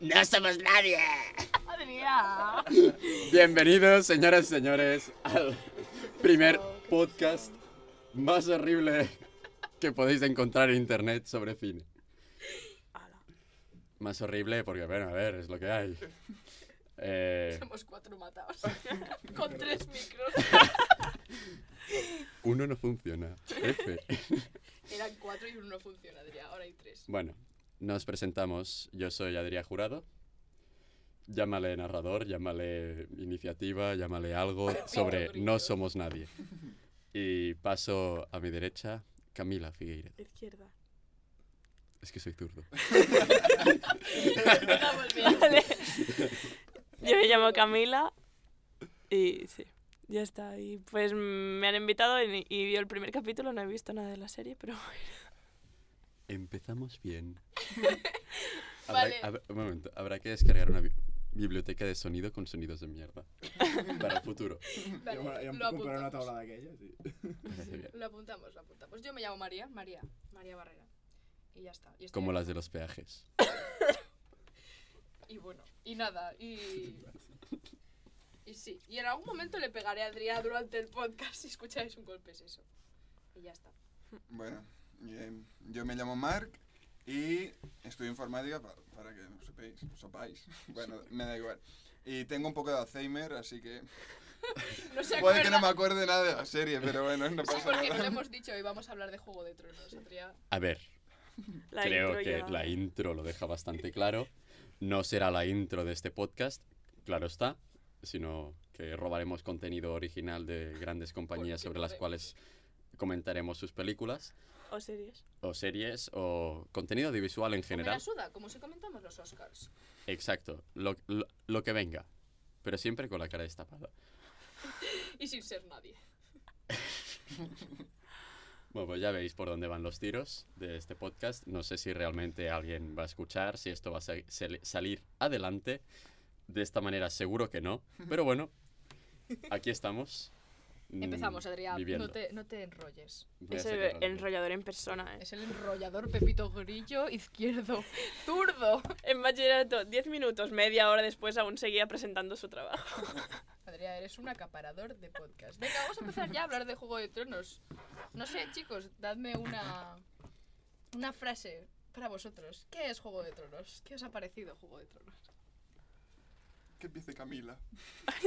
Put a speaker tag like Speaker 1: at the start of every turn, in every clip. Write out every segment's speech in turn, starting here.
Speaker 1: No somos nadie.
Speaker 2: Madre mía.
Speaker 3: Bienvenidos, señoras y señores, al primer podcast más horrible que podéis encontrar en internet sobre cine. Más horrible porque, bueno, a ver, es lo que hay. Eh,
Speaker 2: Somos cuatro matados. Con tres micros.
Speaker 3: uno no funciona. F.
Speaker 2: Eran cuatro y uno no funciona, Adrián. Ahora hay tres.
Speaker 3: Bueno, nos presentamos. Yo soy Adrián Jurado. Llámale narrador, llámale iniciativa, llámale algo sobre No Somos Nadie. Y paso a mi derecha, Camila Figueiredo.
Speaker 4: Izquierda.
Speaker 3: Es que soy zurdo.
Speaker 2: Estamos bien.
Speaker 4: Vale. Yo me llamo Camila y sí, ya está. Y pues me han invitado y, y vio el primer capítulo, no he visto nada de la serie, pero
Speaker 3: Empezamos bien. Habrá-
Speaker 2: Vale.
Speaker 3: habrá- un momento, habrá que descargar una bi- biblioteca de sonido con sonidos de mierda. Para el futuro.
Speaker 2: Vale,
Speaker 5: Yo, yo
Speaker 2: lo,
Speaker 5: compraré una
Speaker 2: apuntamos.
Speaker 5: tabla de aquellas. sí.
Speaker 3: Parece bien.
Speaker 2: lo apuntamos, lo apuntamos. Yo me llamo María, María, María Barrera. Y ya está. Y estoy
Speaker 3: Como
Speaker 2: aquí.
Speaker 3: las de los peajes.
Speaker 2: Y bueno, y nada, y... Y sí, y en algún momento le pegaré a Adrián durante el podcast si escucháis un golpe, es eso. Y ya está.
Speaker 6: Bueno, y, eh, yo me llamo Marc y estudio informática pa- para que no sepáis, sopáis. Bueno, me da igual. Y tengo un poco de Alzheimer, así que
Speaker 2: No se
Speaker 6: puede que
Speaker 2: acuerda.
Speaker 6: no me acuerde nada de la serie, pero bueno, no
Speaker 2: Sí,
Speaker 6: pasa
Speaker 2: porque nos
Speaker 6: nada.
Speaker 2: hemos dicho hoy vamos a hablar de Juego de Tronos, Adrián.
Speaker 3: A ver,
Speaker 4: la
Speaker 3: creo
Speaker 4: intro
Speaker 3: que
Speaker 4: ya-
Speaker 3: la intro lo deja bastante claro. No será la intro de este podcast, claro está, sino que robaremos contenido original de grandes compañías sobre las
Speaker 2: podemos.
Speaker 3: cuales comentaremos sus películas
Speaker 4: o series.
Speaker 3: o series o contenido audiovisual en
Speaker 2: Me la
Speaker 3: general.
Speaker 2: suda, como si comentamos los Oscars.
Speaker 3: Exacto, lo, lo- lo que venga, pero siempre con la cara destapada.
Speaker 2: Y sin ser nadie.
Speaker 3: Bueno, pues ya veis por dónde van los tiros de este podcast. No sé si realmente alguien va a escuchar, si esto va a sa- sal- salir adelante. De esta manera seguro que no. Pero bueno, aquí estamos. mm,
Speaker 2: Empezamos, Adrián.
Speaker 3: viviendo.
Speaker 2: No te, no te enrolles.
Speaker 3: Voy a
Speaker 4: Es
Speaker 3: ser
Speaker 4: el
Speaker 3: realmente.
Speaker 4: enrollador en persona. ¿eh?
Speaker 2: Es el enrollador Pepito Grillo izquierdo. ¡Zurdo!
Speaker 4: En bachillerato, 10 minutos, media hora después aún seguía presentando su trabajo.
Speaker 2: Adrián, eres un acaparador de podcast. Venga, vamos a empezar ya a hablar de Juego de Tronos. No sé, chicos, dadme una, una frase para vosotros. ¿Qué es Juego de Tronos? ¿Qué os ha parecido Juego de Tronos?
Speaker 6: Que empiece Camila.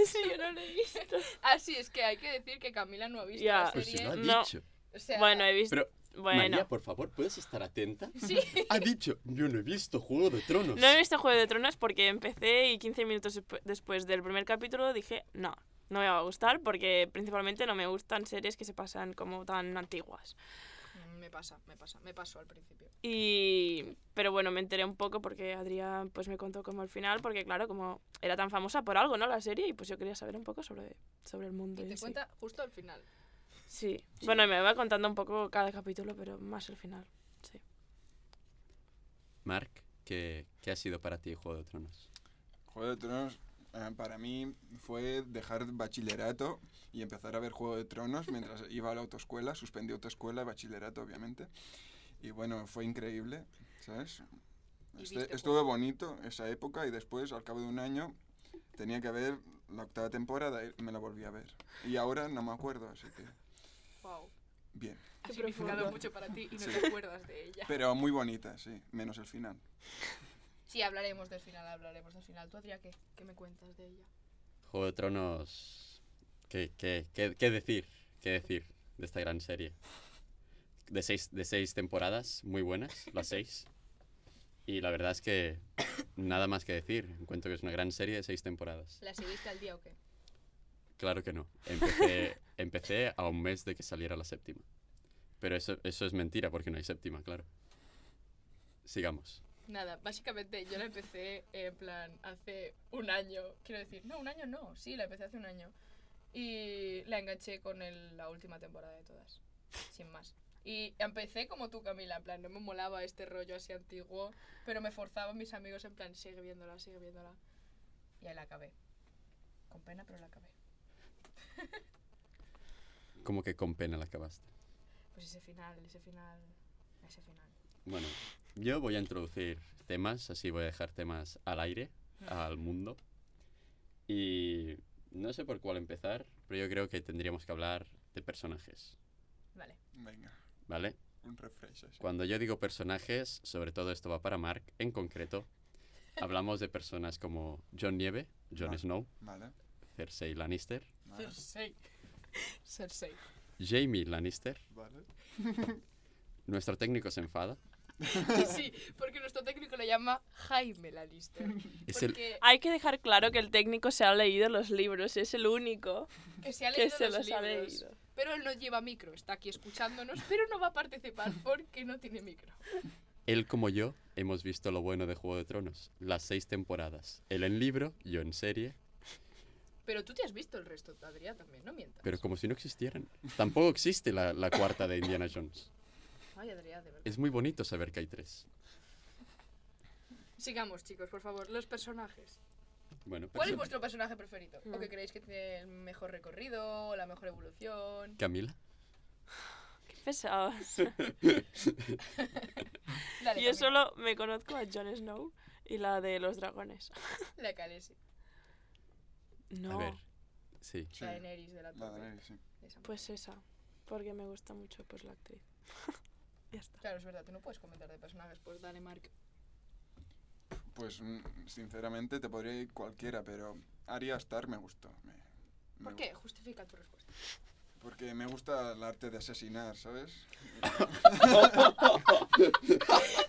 Speaker 4: sí, yo no lo he visto.
Speaker 2: Ah, sí, es que hay que decir que Camila no ha visto
Speaker 4: Ya.
Speaker 2: la
Speaker 3: Pues si
Speaker 2: serie.
Speaker 3: lo ha
Speaker 4: No.
Speaker 3: dicho.
Speaker 2: O sea,
Speaker 4: Bueno, he visto...
Speaker 3: Pero,
Speaker 4: bueno.
Speaker 3: María, por favor, ¿puedes estar atenta?
Speaker 2: sí.
Speaker 3: Ha dicho, yo no he visto Juego de Tronos.
Speaker 4: No he visto Juego de Tronos porque empecé y 15 minutos despu- después del primer capítulo dije, no, no me va a gustar porque principalmente no me gustan series que se pasan como tan antiguas.
Speaker 2: Me pasa, me pasa, me pasó al principio.
Speaker 4: Y... Pero bueno, me enteré un poco porque Adrián pues me contó como al final, porque claro, como era tan famosa por algo, ¿no? La serie, y pues yo quería saber un poco sobre, sobre el mundo.
Speaker 2: Y
Speaker 4: en
Speaker 2: te
Speaker 4: sí.
Speaker 2: cuenta justo al final.
Speaker 4: Sí. Bueno, me va contando un poco cada capítulo, pero más el final. Sí.
Speaker 3: Mark, ¿qué, ¿qué ha sido para ti Juego de Tronos?
Speaker 6: Juego de Tronos eh, para mí fue dejar bachillerato y empezar a ver Juego de Tronos mientras iba a la autoescuela, suspendí autoescuela, bachillerato obviamente. Y bueno, fue increíble, ¿sabes?
Speaker 2: Y
Speaker 6: Este-
Speaker 2: viste
Speaker 6: estuvo bonito esa época y después, al cabo de un año, tenía que ver la octava temporada y me la volví a ver. Y ahora no me acuerdo, así que
Speaker 2: Wow.
Speaker 6: bien.
Speaker 2: Ha significado mucho para ti y no te acuerdas de ella.
Speaker 6: Pero muy bonita, sí, menos el final.
Speaker 2: Sí, hablaremos del final, hablaremos del final. ¿Tú, Adrián, qué, qué me cuentas de ella?
Speaker 3: Juego de Tronos. ¿Qué, qué, qué, qué decir? ¿Qué decir de esta gran serie? De seis, de seis temporadas muy buenas, las seis. Y la verdad es que nada más que decir. Encuentro que es una gran serie de seis temporadas.
Speaker 2: ¿La seguiste al día o qué?
Speaker 3: Claro que no. Empecé, empecé a un mes de que saliera la séptima. Pero eso, eso es mentira, porque no hay séptima, claro. Sigamos.
Speaker 2: Nada, básicamente yo la empecé eh, en plan hace un año. Quiero decir, no, un año no. Sí, la empecé hace un año. Y la enganché con el- la última temporada de todas. Sin más. Y empecé como tú, Camila, en plan, no me molaba este rollo así antiguo, pero me forzaban mis amigos en plan, sigue viéndola, sigue viéndola. Y ahí la acabé. Con pena, pero la acabé.
Speaker 3: Como que con pena la acabaste.
Speaker 2: Pues ese final, ese final, ese final.
Speaker 3: Bueno, Yo voy a introducir temas, así voy a dejar temas al aire, al mundo. Y no sé por cuál empezar, pero yo creo que tendríamos que hablar de personajes,
Speaker 2: Vale.
Speaker 6: Venga,
Speaker 3: ¿vale?
Speaker 6: un refresh así.
Speaker 3: Cuando yo digo personajes, sobre todo esto va para Mark en concreto, hablamos de personas como John Nieve, Jon
Speaker 6: Ah.
Speaker 3: Snow,
Speaker 6: Vale,
Speaker 3: Cersei Lannister,
Speaker 6: vale,
Speaker 2: Cersei. Cersei.
Speaker 3: Jamie Lannister,
Speaker 6: vale.
Speaker 3: nuestro técnico se enfada.
Speaker 2: Sí, porque nuestro técnico le llama Jaime la lista.
Speaker 3: Es el,
Speaker 2: Porque
Speaker 4: Hay que dejar claro que el técnico se ha leído los libros, es el único
Speaker 2: que se ha
Speaker 4: que
Speaker 2: leído
Speaker 4: se
Speaker 2: los
Speaker 4: los ha
Speaker 2: libros,
Speaker 4: leído.
Speaker 2: Pero él no lleva micro, está aquí escuchándonos, pero no va a participar porque no tiene micro.
Speaker 3: Él como yo hemos visto lo bueno de Juego de Tronos, las seis temporadas. Él en libro, yo en serie,
Speaker 2: Pero tú te has visto el resto, Adrián, también, no mientas.
Speaker 3: pero como si no existieran. Tampoco existe la, la cuarta de Indiana Jones.
Speaker 2: Ay, Adrián, de verdad.
Speaker 3: Es muy bonito saber que hay tres.
Speaker 2: Sigamos, chicos, por favor, los personajes.
Speaker 3: Bueno,
Speaker 2: ¿Cuál es
Speaker 3: perso-
Speaker 2: vuestro personaje preferido? ¿O
Speaker 4: Mm.
Speaker 2: que creéis que tiene el mejor recorrido, o la mejor evolución?
Speaker 3: Camila.
Speaker 4: Qué pesado.
Speaker 2: Dale,
Speaker 4: Yo
Speaker 2: Camila,
Speaker 4: solo me conozco a Jon Snow y la de los dragones.
Speaker 2: La Khaleesi,
Speaker 4: No,
Speaker 3: A ver, sí.
Speaker 6: Sí,
Speaker 2: la Daenerys de la
Speaker 6: la
Speaker 2: Torre.
Speaker 6: Daenerys, sí.
Speaker 2: esa.
Speaker 4: pues esa, porque me gusta mucho pues la actriz. ya está.
Speaker 2: Claro, es verdad, tú no puedes comentar de personajes, pues dale, Mark.
Speaker 6: Pues mm, sinceramente te podría ir cualquiera, pero Arya Star me gustó. me- me
Speaker 2: ¿Por
Speaker 6: gu-
Speaker 2: qué? Justifica tu respuesta.
Speaker 6: Porque me gusta el arte de asesinar, ¿sabes?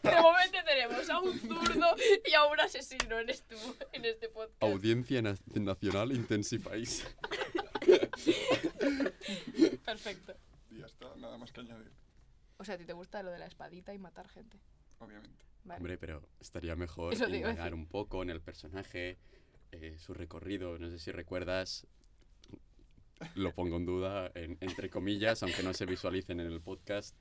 Speaker 2: De momento tenemos a un zurdo y a un asesino en este, en este podcast.
Speaker 3: Audiencia na- nacional intensifáis.
Speaker 2: Perfecto.
Speaker 6: Y ya está, nada más que añadir,
Speaker 2: O sea, ¿a ti te gusta lo de la espadita y matar gente?
Speaker 6: obviamente.
Speaker 2: Vale.
Speaker 3: Hombre, pero estaría mejor
Speaker 2: Eso te iba a
Speaker 3: indagar un poco en el personaje, eh, su recorrido. No sé si recuerdas, lo pongo en duda, en- entre comillas, aunque no se visualicen en el podcast,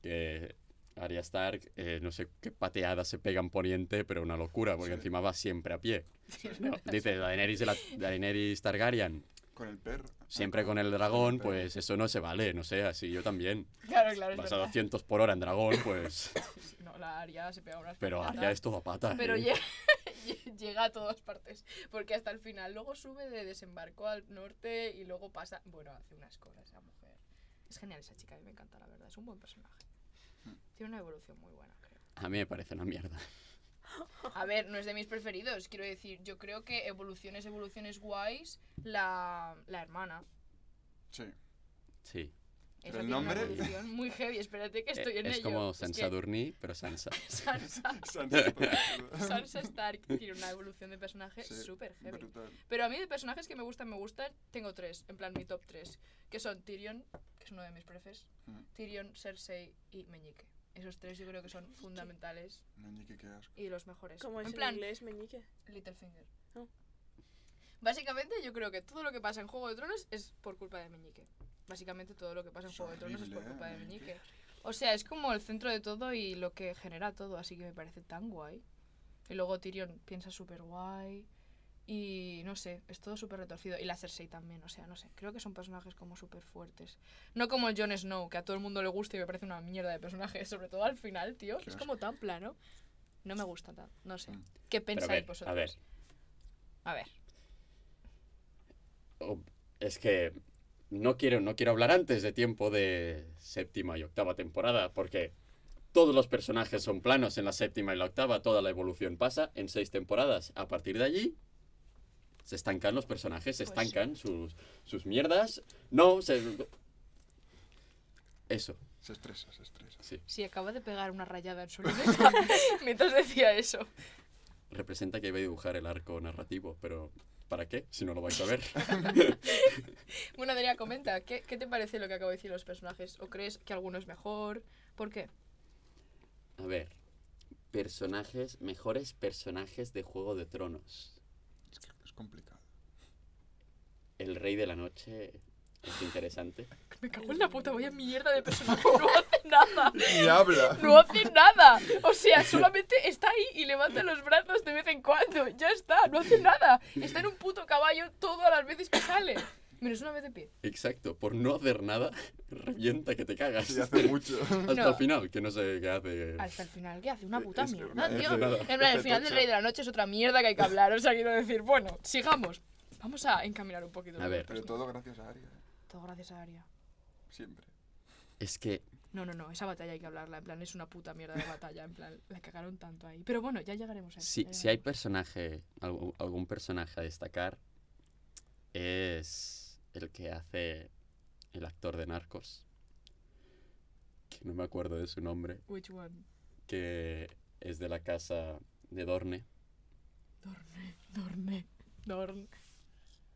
Speaker 3: que Arya Stark, eh, no sé qué pateadas se pegan poniente, pero una locura, porque
Speaker 6: Sí.
Speaker 3: encima va siempre a pie. No, dices, Daenerys, de la, Daenerys Targaryen,
Speaker 6: Con el perro.
Speaker 3: siempre con el dragón, pues eso no se vale, no sé, así yo también.
Speaker 2: Claro, claro, es
Speaker 3: Vas a
Speaker 2: verdad.
Speaker 3: 200 por hora en dragón, pues...
Speaker 2: No, la Aria se pega unas
Speaker 3: Pero
Speaker 2: patatas.
Speaker 3: Arya es todo a pata.
Speaker 2: Pero
Speaker 3: ¿eh?
Speaker 2: lle- llega a todas partes. Porque hasta el final. Luego sube de desembarco al norte y luego pasa. Bueno, hace unas cosas esa mujer. Es genial esa chica, a mí me encanta, la verdad. Es un buen personaje.
Speaker 3: Hmm.
Speaker 2: Tiene una evolución muy buena, creo.
Speaker 3: A mí me parece una mierda.
Speaker 2: A ver, no es de mis preferidos. Quiero decir, yo creo que evoluciones, evoluciones guays. La, la hermana.
Speaker 6: Sí.
Speaker 3: Sí.
Speaker 2: Esa
Speaker 6: Pero el
Speaker 2: tiene
Speaker 6: nombre-
Speaker 2: Una evolución muy heavy. Espérate que estoy en
Speaker 3: Eh, es
Speaker 2: ello.
Speaker 3: como
Speaker 2: Es que
Speaker 3: Sansa Durni, pero Sansa.
Speaker 2: Sansa.
Speaker 6: Sansa, por ejemplo.
Speaker 2: Sansa Stark tiene una evolución de personaje
Speaker 6: Sí,
Speaker 2: súper heavy.
Speaker 6: Brutal.
Speaker 2: Pero a mí de personajes que me gustan, me gustan, tengo tres, en plan mi top tres, que son Tyrion, que es uno de mis prefes,
Speaker 6: Mm.
Speaker 2: Tyrion, Cersei y Meñique. Esos tres yo creo que son fundamentales
Speaker 6: Meñique, qué asco.
Speaker 2: y los mejores.
Speaker 4: ¿Cómo es
Speaker 2: en
Speaker 4: en,
Speaker 2: plan,
Speaker 4: inglés, meñique?
Speaker 2: Littlefinger.
Speaker 4: Ah.
Speaker 2: Básicamente yo creo que todo lo que pasa en Juego de Tronos es por culpa de Meñique. Básicamente todo lo que pasa en
Speaker 6: Es
Speaker 2: Juego de Tronos es por
Speaker 6: horrible, ¿eh?
Speaker 2: culpa de
Speaker 6: Meñique.
Speaker 2: Meñique. O sea, es como el centro de todo y lo que genera todo, así que me parece tan guay. Y luego Tyrion piensa súper guay. Y no sé, es todo súper retorcido. Y la Cersei también, o sea, no sé. Creo que son personajes como súper fuertes. No como el Jon Snow, que a todo el mundo le gusta y me parece una mierda de personaje, sobre todo al final, tío.
Speaker 6: Qué
Speaker 2: es
Speaker 6: asco.
Speaker 2: como tan plano. No me gusta tanto, no sé.
Speaker 6: Mm.
Speaker 2: ¿Qué
Speaker 3: Pero
Speaker 2: pensáis
Speaker 3: a ver,
Speaker 2: vosotros?
Speaker 3: a ver.
Speaker 2: A ver.
Speaker 3: oh, es que no quiero, no quiero hablar antes de tiempo de séptima y octava temporada, porque todos los personajes son planos en la séptima y la octava, toda la evolución pasa en seis temporadas. A partir de allí, se estancan los personajes, se
Speaker 2: Pues sí.
Speaker 3: estancan sus, sus mierdas. No, se... Eso,
Speaker 6: Se estresa, se estresa.
Speaker 3: sí.
Speaker 2: Sí, acaba de pegar una rayada en su libreta mientras decía eso.
Speaker 3: representa que iba a dibujar el arco narrativo, pero ¿para qué? Si no lo vais a ver.
Speaker 2: Bueno, Adrián, comenta, ¿qué, qué te parece lo que acabo de decir los personajes? ¿O crees que alguno es mejor? ¿Por qué?
Speaker 3: A ver, personajes, mejores personajes de Juego de Tronos.
Speaker 6: Es que es complicado.
Speaker 3: El Rey de la Noche es interesante.
Speaker 2: Me cago en la puta, voy a mierda de personaje. No hace nada.
Speaker 6: Y habla.
Speaker 2: No hace nada. O sea, solamente está ahí y levanta los brazos de vez en cuando. Ya está, no hace nada. Está en un puto caballo todas las veces que sale. Menos una vez de pie.
Speaker 3: Exacto, por no hacer nada, revienta que te cagas.
Speaker 6: Sí, hace mucho.
Speaker 3: Hasta
Speaker 2: No.
Speaker 3: el final, que no sé qué hace.
Speaker 2: Hasta el final, ¿qué hace? Una puta
Speaker 6: Es
Speaker 2: mierda,
Speaker 6: una-
Speaker 2: tío.
Speaker 3: Eh, es nada.
Speaker 2: En plan, el final del Rey de la Noche es otra mierda que hay que hablar. O sea, quiero decir, bueno, sigamos. Vamos a encaminar un poquito.
Speaker 3: A
Speaker 2: la
Speaker 3: ver.
Speaker 2: cosa.
Speaker 6: Pero todo gracias a Aria, ¿eh?
Speaker 2: Todo gracias a Aria.
Speaker 6: siempre.
Speaker 3: Es que
Speaker 2: No, no, no, esa batalla hay que hablarla. En plan, es una puta mierda de batalla. En plan, la cagaron tanto ahí. Pero bueno, ya llegaremos a eso.
Speaker 3: si,
Speaker 2: ya
Speaker 3: si hay
Speaker 2: llegaremos.
Speaker 3: personaje, algu- algún personaje a destacar, es el que hace el actor de Narcos. Que no me acuerdo de su nombre.
Speaker 2: Which one?
Speaker 3: Que es de la casa de Dorne.
Speaker 2: Dorne, Dorne, Dorne.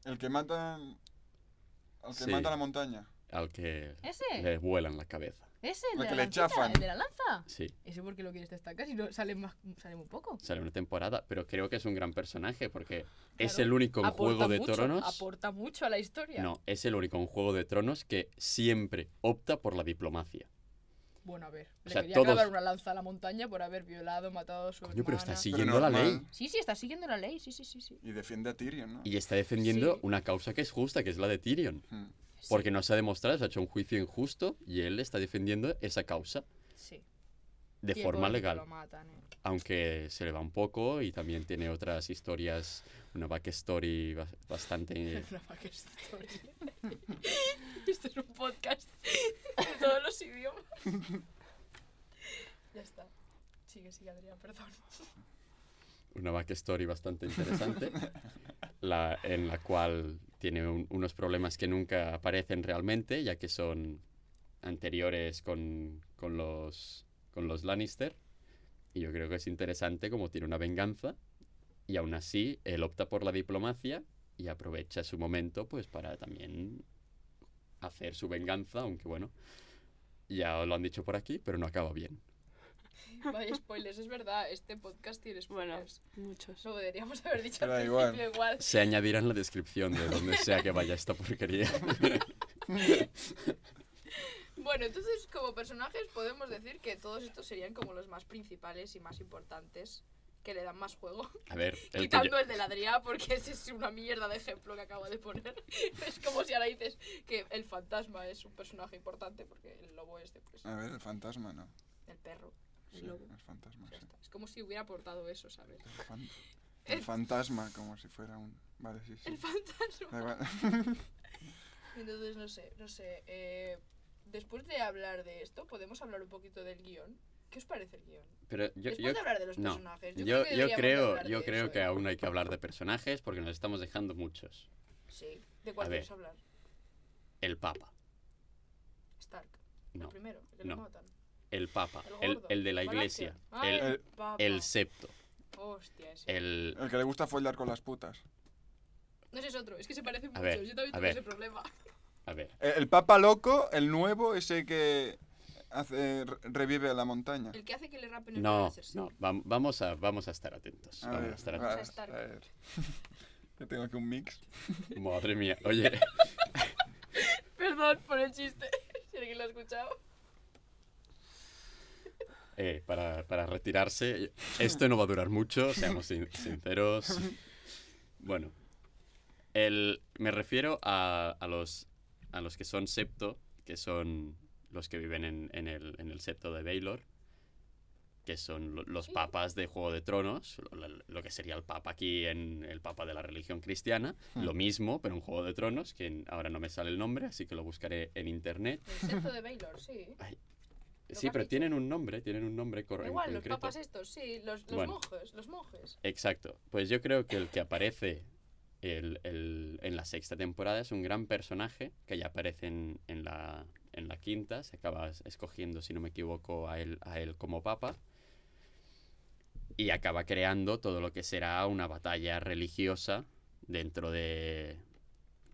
Speaker 6: El que mata. El que
Speaker 3: Sí.
Speaker 6: mata la montaña.
Speaker 3: Al que
Speaker 2: ¿Ese?
Speaker 3: le vuelan la cabeza.
Speaker 2: ¿Ese? ¿El
Speaker 6: La
Speaker 2: de
Speaker 6: que
Speaker 2: la
Speaker 6: le
Speaker 2: lancita?
Speaker 6: chafan.
Speaker 2: ¿El de la lanza?
Speaker 3: Sí.
Speaker 2: ¿Ese por qué lo quieres destacar? Si no, sale, más, sale muy poco.
Speaker 3: Sale una temporada, pero creo que es un gran personaje porque es
Speaker 2: Claro.
Speaker 3: el único en Juego de
Speaker 2: mucho,
Speaker 3: Tronos.
Speaker 2: Aporta mucho a la historia.
Speaker 3: No, es el único en Juego de Tronos que siempre opta por la diplomacia.
Speaker 2: Bueno, a ver. Le
Speaker 3: sea,
Speaker 2: quería
Speaker 3: todos-
Speaker 2: clavar una lanza a la montaña por haber violado, matado a su
Speaker 3: Coño, pero está
Speaker 2: hermana.
Speaker 6: Pero
Speaker 3: siguiendo la ley.
Speaker 6: normal.
Speaker 2: Sí, sí, está siguiendo la ley. Sí, sí, sí. sí.
Speaker 6: Y defiende a Tyrion, ¿no?
Speaker 3: Y está defendiendo
Speaker 2: Sí.
Speaker 3: una causa que es justa, que es la de Tyrion.
Speaker 6: Mm.
Speaker 3: Porque no se ha demostrado, se ha hecho un juicio injusto y él está defendiendo esa causa
Speaker 2: Sí.
Speaker 3: de
Speaker 2: Y el
Speaker 3: forma
Speaker 2: pobrecito
Speaker 3: legal.
Speaker 2: Lo matan, eh.
Speaker 3: Aunque se le va un poco y también tiene otras historias, una backstory bas- bastante...
Speaker 2: Una vaca historia. Esto es un podcast de todos los idiomas. ya está. Sigue, sigue, Adrián, perdón.
Speaker 3: una backstory bastante interesante, la, en la cual tiene un- unos problemas que nunca aparecen realmente, ya que son anteriores con, con los, con los Lannister. Y yo creo que es interesante como tiene una venganza y aún así él opta por la diplomacia y aprovecha su momento pues para también hacer su venganza, aunque bueno, ya lo han dicho por aquí, pero no acaba bien.
Speaker 2: Vaya spoilers, es verdad, este podcast tiene
Speaker 4: Bueno,
Speaker 2: spoilers.
Speaker 4: muchos.
Speaker 2: Lo deberíamos haber dicho
Speaker 6: Pero da
Speaker 2: al
Speaker 6: igual.
Speaker 2: principio igual.
Speaker 3: Se añadirá en la descripción de donde sea que vaya esta porquería.
Speaker 2: Bueno, entonces como personajes podemos decir que todos estos serían como los más principales y más importantes que le dan más juego.
Speaker 3: A ver, el que,
Speaker 2: Quitando
Speaker 3: yo,
Speaker 2: el de la Adrià, porque ese es una mierda de ejemplo que acabo de poner. es como si ahora dices que el fantasma es un personaje importante porque el lobo este, pues,
Speaker 6: A ver, el fantasma, ¿no?
Speaker 2: el perro, el
Speaker 6: Sí,
Speaker 2: lobo.
Speaker 6: el fantasma,
Speaker 2: ya
Speaker 6: sí.
Speaker 2: está. Es como si hubiera aportado eso, ¿sabes?
Speaker 6: El, fan- el fantasma, como si fuera un. Vale, sí, sí.
Speaker 2: El fantasma.
Speaker 6: Da igual.
Speaker 2: Entonces, no sé, no sé. eh, después de hablar de esto, podemos hablar un poquito del guión. ¿Qué os parece el guión?
Speaker 3: pero yo,
Speaker 2: Después
Speaker 3: yo-
Speaker 2: de hablar de los
Speaker 3: no.
Speaker 2: personajes. creo
Speaker 3: yo,
Speaker 2: que
Speaker 3: yo
Speaker 2: deberíamos de
Speaker 3: creo,
Speaker 2: hablar
Speaker 3: yo
Speaker 2: de
Speaker 3: creo
Speaker 2: eso,
Speaker 3: que
Speaker 2: ¿eh?
Speaker 3: aún hay que hablar de personajes porque nos estamos dejando muchos.
Speaker 2: Sí, ¿de cuál
Speaker 3: A ver.
Speaker 2: quieres hablar?
Speaker 3: El Papa,
Speaker 2: Stark. El
Speaker 3: no,
Speaker 2: primero, el que
Speaker 3: no.
Speaker 2: lo matan.
Speaker 3: el Papa,
Speaker 2: El
Speaker 3: el,
Speaker 2: gordo.
Speaker 3: el de la
Speaker 2: Valaquia.
Speaker 3: iglesia,
Speaker 2: Ah,
Speaker 3: el,
Speaker 6: el-
Speaker 2: papa.
Speaker 3: el septo,
Speaker 2: Hostia, ese.
Speaker 3: el...
Speaker 6: El que le gusta follar con las putas.
Speaker 2: No, ese es otro, es que se parecen
Speaker 3: A
Speaker 2: muchos.
Speaker 3: ver,
Speaker 2: Yo también
Speaker 3: a
Speaker 2: tengo
Speaker 3: ver.
Speaker 2: ese problema.
Speaker 3: A ver,
Speaker 6: El, el papa loco, el nuevo, ese que hace, re- revive a la montaña.
Speaker 2: El que hace que le rapen el pelo a
Speaker 3: no,
Speaker 2: Cersei.
Speaker 3: no, vam- vamos a, vamos a estar atentos.
Speaker 6: A
Speaker 3: vamos a
Speaker 6: ver,
Speaker 3: estar
Speaker 6: a
Speaker 3: atentos.
Speaker 6: ver,
Speaker 2: Stark.
Speaker 6: a ver. Yo tengo aquí un mix.
Speaker 3: Madre mía, oye,
Speaker 2: Perdón por el chiste. Si alguien lo ha escuchado.
Speaker 3: eh, para, para retirarse, esto no va a durar mucho, seamos sin- sinceros. Bueno, el, me refiero a, a los, a los que son septo, que son los que viven en, en el, en el septo de Baylor, que son lo- los papas de Juego de Tronos, lo, lo- lo que sería el papa aquí en el papa de la religión cristiana,
Speaker 6: Hmm.
Speaker 3: lo mismo, pero en Juego de Tronos, que en- ahora no me sale el nombre, así que lo buscaré en internet.
Speaker 2: El sexto de Baylor, sí. Lo que
Speaker 3: Sí,
Speaker 2: has
Speaker 3: pero
Speaker 2: dicho.
Speaker 3: tienen un nombre, tienen un nombre
Speaker 2: Da
Speaker 3: correcto.
Speaker 2: Igual, los papas estos, sí. Los, los
Speaker 3: Bueno.
Speaker 2: monjes, los monjes.
Speaker 3: Exacto. Pues yo creo que el que aparece el- el- en la sexta temporada es un gran personaje que ya aparece en, en la, en la quinta. Se acaba es- escogiendo, si no me equivoco, a él, a él como papa. Y acaba creando todo lo que será una batalla religiosa dentro de.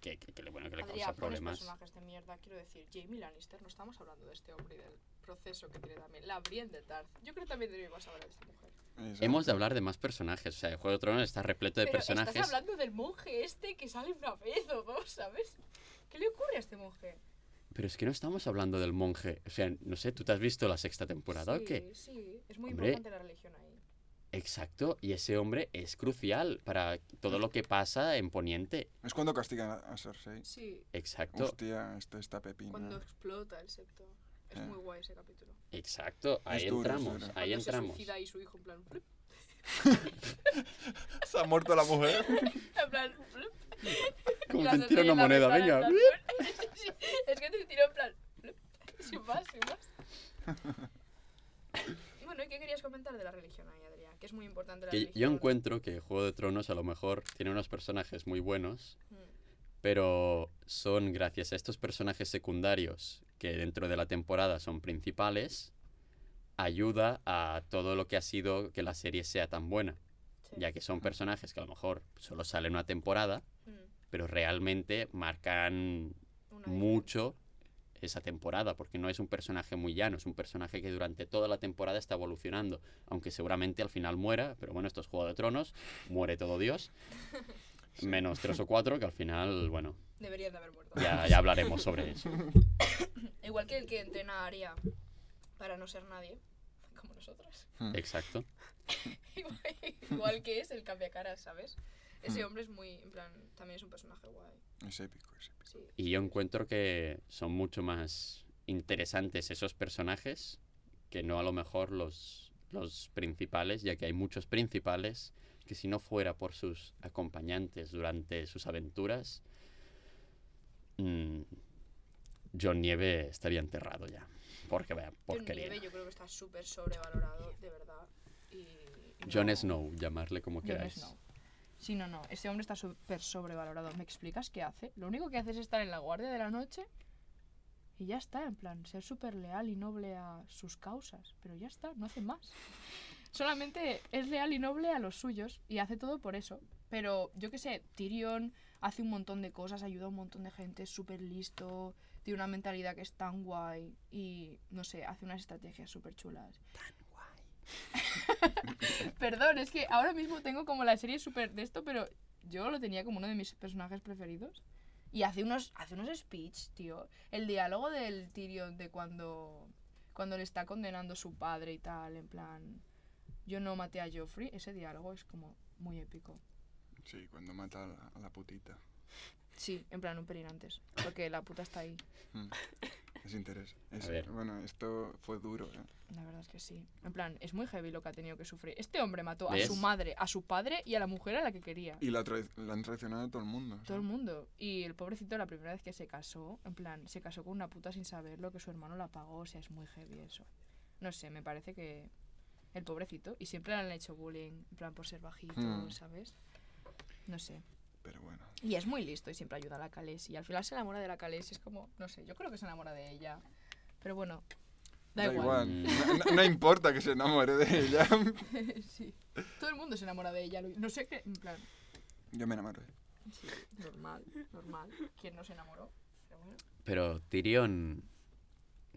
Speaker 3: que, que- que le- bueno, que le
Speaker 2: Adrián,
Speaker 3: causa
Speaker 2: pones
Speaker 3: problemas.
Speaker 2: personajes de mierda, quiero decir, Jamie Lannister, no estamos hablando de este hombre y del proceso que tiene también, la Brienne de Tarth. Yo creo que también deberíamos hablar de esta mujer.
Speaker 6: Exacto.
Speaker 3: Hemos de hablar de más personajes. O sea, el Juego de Tronos está repleto de
Speaker 2: Pero
Speaker 3: personajes.
Speaker 2: estás hablando del monje este que sale una vez o dos, ¿sabes? ¿Qué le ocurre a este monje?
Speaker 3: Pero es que no estamos hablando del monje. O sea, no sé, ¿tú te has visto la sexta temporada o
Speaker 2: sí,
Speaker 3: qué?
Speaker 2: Sí, es muy
Speaker 3: Hombre.
Speaker 2: importante la religión ahí.
Speaker 3: Exacto, y ese hombre es crucial para todo lo que pasa en Poniente.
Speaker 6: Es cuando castigan a- a Cersei.
Speaker 2: Sí,
Speaker 3: Exacto,
Speaker 6: Hostia, esta, esta pepina.
Speaker 2: cuando explota el septo. Es
Speaker 6: Eh.
Speaker 2: muy guay ese capítulo.
Speaker 3: exacto. Ahí
Speaker 6: duro, es
Speaker 3: entramos,
Speaker 6: duro.
Speaker 3: ahí
Speaker 2: Cuando Se
Speaker 3: entramos.
Speaker 2: suicida y su hijo en plan... flip,
Speaker 6: Se ha muerto la mujer.
Speaker 2: En plan... flip, y
Speaker 3: Como
Speaker 2: la
Speaker 3: te tira
Speaker 2: Cersei
Speaker 3: una
Speaker 2: en la
Speaker 3: moneda,
Speaker 2: ventana,
Speaker 3: venga.
Speaker 2: en plan, sí, es que te tiro en plan... flip, Sin más, sin más. Bueno, ¿y qué querías comentar de la religión ahí, Adrián? Que es muy importante la
Speaker 3: Que
Speaker 2: religión.
Speaker 3: yo encuentro que Juego de Tronos a lo mejor tiene unos personajes muy buenos,
Speaker 2: Mm,
Speaker 3: pero son gracias a estos personajes secundarios que dentro de la temporada son principales, ayuda a todo lo que ha sido que la serie sea tan buena,
Speaker 2: sí.
Speaker 3: ya que son personajes que a lo mejor solo salen una temporada,
Speaker 2: Mm,
Speaker 3: pero realmente marcan
Speaker 2: una
Speaker 3: mucho esa temporada, porque no es un personaje muy llano, es un personaje que durante toda la temporada está evolucionando, aunque seguramente al final muera, pero bueno, esto es Juego de Tronos, muere todo Dios, menos tres o cuatro, que al final, bueno,
Speaker 2: diferencia. Deberían de haber muerto.
Speaker 3: ya, ya hablaremos sobre eso.
Speaker 2: Igual que el que entrena a Aria para no ser nadie, como nosotros.
Speaker 3: Exacto.
Speaker 2: Igual, igual que es el cambiacaras, ¿sabes? Ese
Speaker 3: Mm.
Speaker 2: hombre es muy, en plan, también es un personaje guay.
Speaker 6: Es épico, es épico.
Speaker 2: Sí.
Speaker 3: Y yo encuentro que son mucho más interesantes esos personajes que no a lo mejor los, los principales, ya que hay muchos principales que si no fuera por sus acompañantes durante sus aventuras, mm, John Nieve estaría enterrado ya. Porque vaya
Speaker 2: John
Speaker 3: porquería.
Speaker 2: Nieve yo creo que está súper sobrevalorado, de verdad. Y,
Speaker 3: John
Speaker 2: no.
Speaker 3: Snow, llamarle como
Speaker 2: Jon
Speaker 3: queráis.
Speaker 2: Snow. Sí, no, no. Este hombre está súper sobrevalorado. ¿Me explicas qué hace? Lo único que hace es estar en la guardia de la noche y ya está, en plan, ser súper leal y noble a sus causas. Pero ya está, no hace más. Solamente es leal y noble a los suyos y hace todo por eso. Pero yo qué sé, Tyrion hace un montón de cosas, ayuda a un montón de gente, es súper listo, tiene una mentalidad que es tan guay y, no sé, hace unas estrategias súper chulas. Perdón, es que ahora mismo tengo como la serie súper de esto, pero yo lo tenía como uno de mis personajes preferidos. Y hace unos, hace unos speech, tío. El diálogo del Tyrion de cuando, cuando le está condenando su padre y tal, en plan, yo no maté a Joffrey, ese diálogo es como muy épico.
Speaker 6: Sí, cuando mata a la, a la putita.
Speaker 2: Sí, en plan un pelín antes, porque la puta está ahí.
Speaker 6: Mm. Es interés. Es-
Speaker 3: A ver.
Speaker 6: Bueno, esto fue duro, ¿eh?
Speaker 2: La verdad es que sí. En plan, es muy heavy lo que ha tenido que sufrir. Este hombre mató a
Speaker 3: ¿Ves?
Speaker 2: su madre, a su padre y a la mujer a la que quería.
Speaker 6: Y la, trai- la han traicionado a todo el mundo.
Speaker 2: Todo el
Speaker 6: ¿sabes?
Speaker 2: mundo. Y el pobrecito, la primera vez que se casó, en plan, se casó con una puta sin saberlo, que su hermano la pagó, o sea, es muy heavy eso. No sé, me parece que el pobrecito, y siempre le han hecho bullying, en plan, por ser bajito,
Speaker 6: Hmm.
Speaker 2: ¿sabes? No sé.
Speaker 6: Pero bueno.
Speaker 2: Y es muy listo y siempre ayuda a la Calés. Y al final se enamora de la Calés y es como, no sé, yo creo que se enamora de ella. Pero bueno, da, igual.
Speaker 3: Mm.
Speaker 6: No, no- no importa que se enamore de ella.
Speaker 2: Sí. Todo el mundo se enamora de ella. Lu- No sé qué, en plan,
Speaker 6: Yo me enamoré.
Speaker 2: sí, normal, normal. ¿Quién no se enamoró? Pero bueno.
Speaker 3: Pero Tyrion,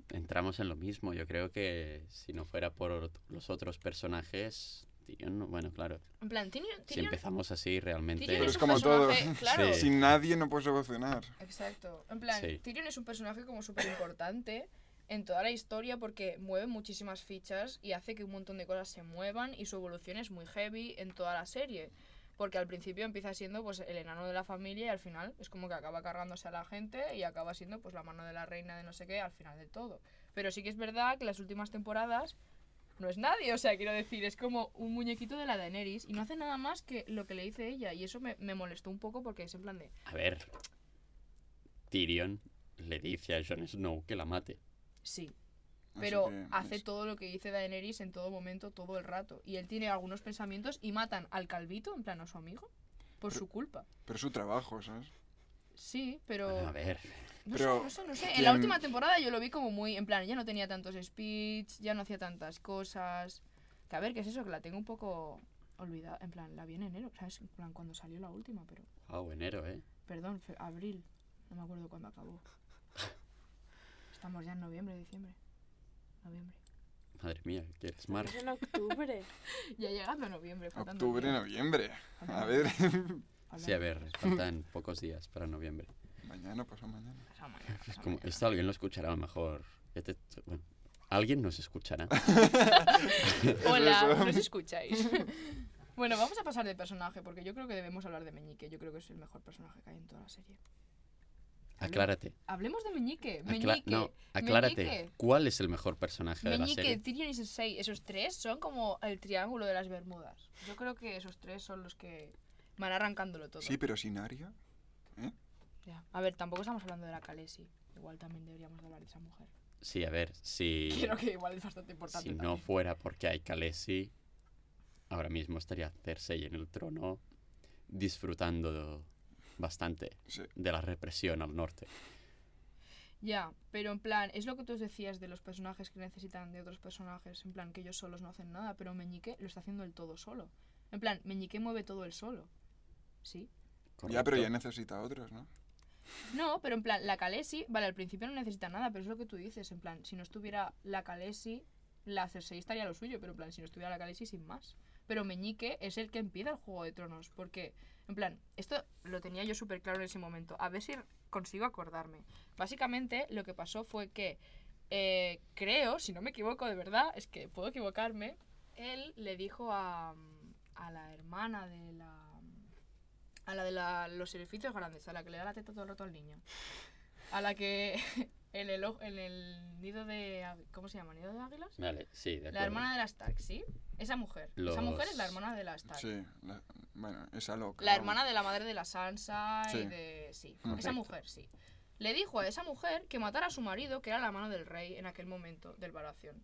Speaker 3: entramos en lo mismo. Yo creo que si no fuera por los otros personajes, Tyrion, no- bueno, claro.
Speaker 2: En plan, Tyrion,
Speaker 3: Si
Speaker 2: Tyrion
Speaker 3: empezamos así, realmente...
Speaker 2: Tyrion
Speaker 6: Pero
Speaker 2: es
Speaker 6: es
Speaker 2: un
Speaker 6: como todo.
Speaker 2: personaje, claro.
Speaker 3: Sí.
Speaker 6: Sin nadie no puedes evolucionar.
Speaker 2: Exacto. En plan,
Speaker 3: Sí.
Speaker 2: Tyrion es un personaje como súper importante en toda la historia porque mueve muchísimas fichas y hace que un montón de cosas se muevan y su evolución es muy heavy en toda la serie. Porque al principio empieza siendo pues el enano de la familia y al final es como que acaba cargándose a la gente y acaba siendo pues la mano de la reina de no sé qué al final de todo. Pero sí que es verdad que las últimas temporadas no es nadie, o sea, quiero decir, es como un muñequito de la Daenerys y no hace nada más que lo que le dice ella y eso me, me molestó un poco porque es en plan de,
Speaker 3: A ver, Tyrion le dice a Jon Snow que la mate.
Speaker 2: sí,
Speaker 6: Así
Speaker 2: pero
Speaker 6: que, pues,
Speaker 2: hace
Speaker 6: es-
Speaker 2: todo lo que dice Daenerys en todo momento, todo el rato. Y él tiene algunos pensamientos y matan al calvito, en plan a su amigo, por su culpa.
Speaker 6: Pero es su trabajo, ¿sabes?
Speaker 2: Sí, pero...
Speaker 3: Bueno, a ver,
Speaker 2: no,
Speaker 6: pero
Speaker 2: sé, no sé, no sé. En
Speaker 6: ¿quién-
Speaker 2: la última temporada yo lo vi como muy... En plan, ya no tenía tantos speech, ya no hacía tantas cosas. Que a ver, ¿qué es eso? Que la tengo un poco olvidada. En plan, la vi en enero, ¿sabes? En plan, cuando salió la última, pero...
Speaker 3: wow, enero, ¿eh?
Speaker 2: Perdón, fe- abril. No me acuerdo cuándo acabó. Estamos ya en noviembre, diciembre. Noviembre.
Speaker 3: Madre mía, que eres Mar.
Speaker 4: Es en octubre.
Speaker 2: Ya llegando a noviembre. faltan dos
Speaker 6: Octubre,
Speaker 2: días.
Speaker 6: noviembre.
Speaker 2: Faltan
Speaker 6: A
Speaker 2: dos
Speaker 6: ver.
Speaker 3: Sí, a ver, faltan pocos días para noviembre.
Speaker 6: mañana, pasado mañana.
Speaker 2: Pasado mañana, pasado
Speaker 3: Es como, este.
Speaker 2: mañana.
Speaker 3: esto alguien lo escuchará a lo mejor. Ya te- Este, bueno, Alguien nos escuchará. este.
Speaker 6: Es
Speaker 2: Hola,
Speaker 6: eso.
Speaker 2: nos escucháis. bueno, vamos a pasar de personaje, porque yo creo que debemos hablar de Meñique. Yo creo que es el mejor personaje que hay en toda la serie.
Speaker 3: Aclárate.
Speaker 2: Hablemos de Meñique.
Speaker 3: Acla-
Speaker 2: Meñique.
Speaker 3: no, aclárate.
Speaker 2: Meñique.
Speaker 3: ¿Cuál es el mejor personaje de la
Speaker 2: Meñique,
Speaker 3: serie?
Speaker 2: Tyrion y Cersei, esos tres son como el triángulo de las Bermudas. Yo creo que esos tres son los que van arrancándolo todo.
Speaker 6: Sí, pero sin Aria.
Speaker 2: Ya. A ver, tampoco estamos hablando de la Khaleesi. Igual también deberíamos de hablar de esa mujer.
Speaker 3: Sí, a ver, si,
Speaker 2: Creo que igual es bastante importante.
Speaker 3: si no
Speaker 2: también.
Speaker 3: fuera porque hay Khaleesi, ahora mismo estaría Cersei en el trono disfrutando bastante
Speaker 6: Sí.
Speaker 3: de la represión al norte.
Speaker 2: Ya, pero en plan, es lo que tú os decías de los personajes que necesitan de otros personajes, en plan que ellos solos no hacen nada, pero Meñique lo está haciendo el todo solo. En plan, Meñique mueve todo él solo. ¿Sí?
Speaker 6: Ya, pero
Speaker 3: Correcto.
Speaker 6: ya necesita otros, ¿no?
Speaker 2: No, pero en plan, la Kalesi, vale, al principio no necesita nada, pero es lo que tú dices, en plan, si no estuviera la Kalesi, la Cersei estaría lo suyo, pero en plan, si no estuviera la Kalesi, sin más. Pero Meñique es el que empieza el Juego de Tronos, porque, en plan, esto lo tenía yo súper claro en ese momento, a ver si consigo acordarme. Básicamente, lo que pasó fue que, eh, creo, si no me equivoco de verdad, es que puedo equivocarme, él le dijo a, a la hermana de la... A la de la- los edificios grandes, a la que le da la teta todo el rato al niño. A la que en el, ojo- en el nido de... águ- ¿Cómo se llama? ¿Nido de águilas?
Speaker 3: Vale, sí, de
Speaker 2: La
Speaker 3: acuerdo.
Speaker 2: hermana de las Stark, ¿sí? Esa mujer. Esa mujer es la
Speaker 3: Los-
Speaker 2: hermana de las Stark.
Speaker 6: Sí. la- bueno, esa loca.
Speaker 2: La
Speaker 6: vamos.
Speaker 2: hermana de la madre de la Sansa y
Speaker 6: Sí.
Speaker 2: de... Sí, esa
Speaker 3: Correcto.
Speaker 2: mujer, sí. Le dijo a esa mujer que matara a su marido, que era la mano del rey en aquel momento del Baratheon.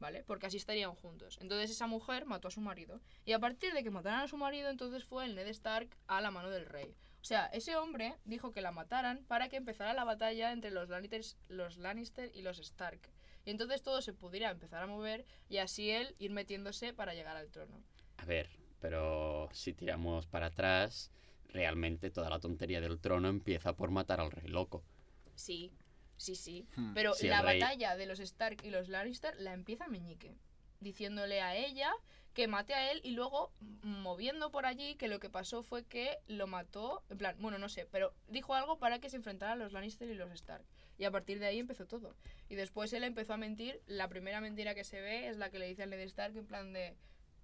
Speaker 2: ¿Vale? Porque así estarían juntos. Entonces esa mujer mató a su marido. Y a partir de que mataran a su marido, entonces fue el Ned Stark a la mano del rey. O sea, ese hombre dijo que la mataran para que empezara la batalla entre los Lannisters- los Lannister y los Stark. Y entonces todo se pudiera empezar a mover y así él ir metiéndose para llegar al trono.
Speaker 3: A ver, pero si tiramos para atrás, realmente toda la tontería del trono empieza por matar al rey loco.
Speaker 2: Sí, sí, sí.
Speaker 6: Hmm.
Speaker 2: Pero
Speaker 3: Sí, el
Speaker 2: la
Speaker 3: rey.
Speaker 2: batalla de los Stark y los Lannister la empieza Meñique, diciéndole a ella que mate a él y luego mm, moviendo por allí que lo que pasó fue que lo mató, en plan, bueno, no sé, pero dijo algo para que se enfrentaran los Lannister y los Stark. Y a partir de ahí empezó todo. Y después él empezó a mentir, la primera mentira que se ve es la que le dice al Ned Stark en plan de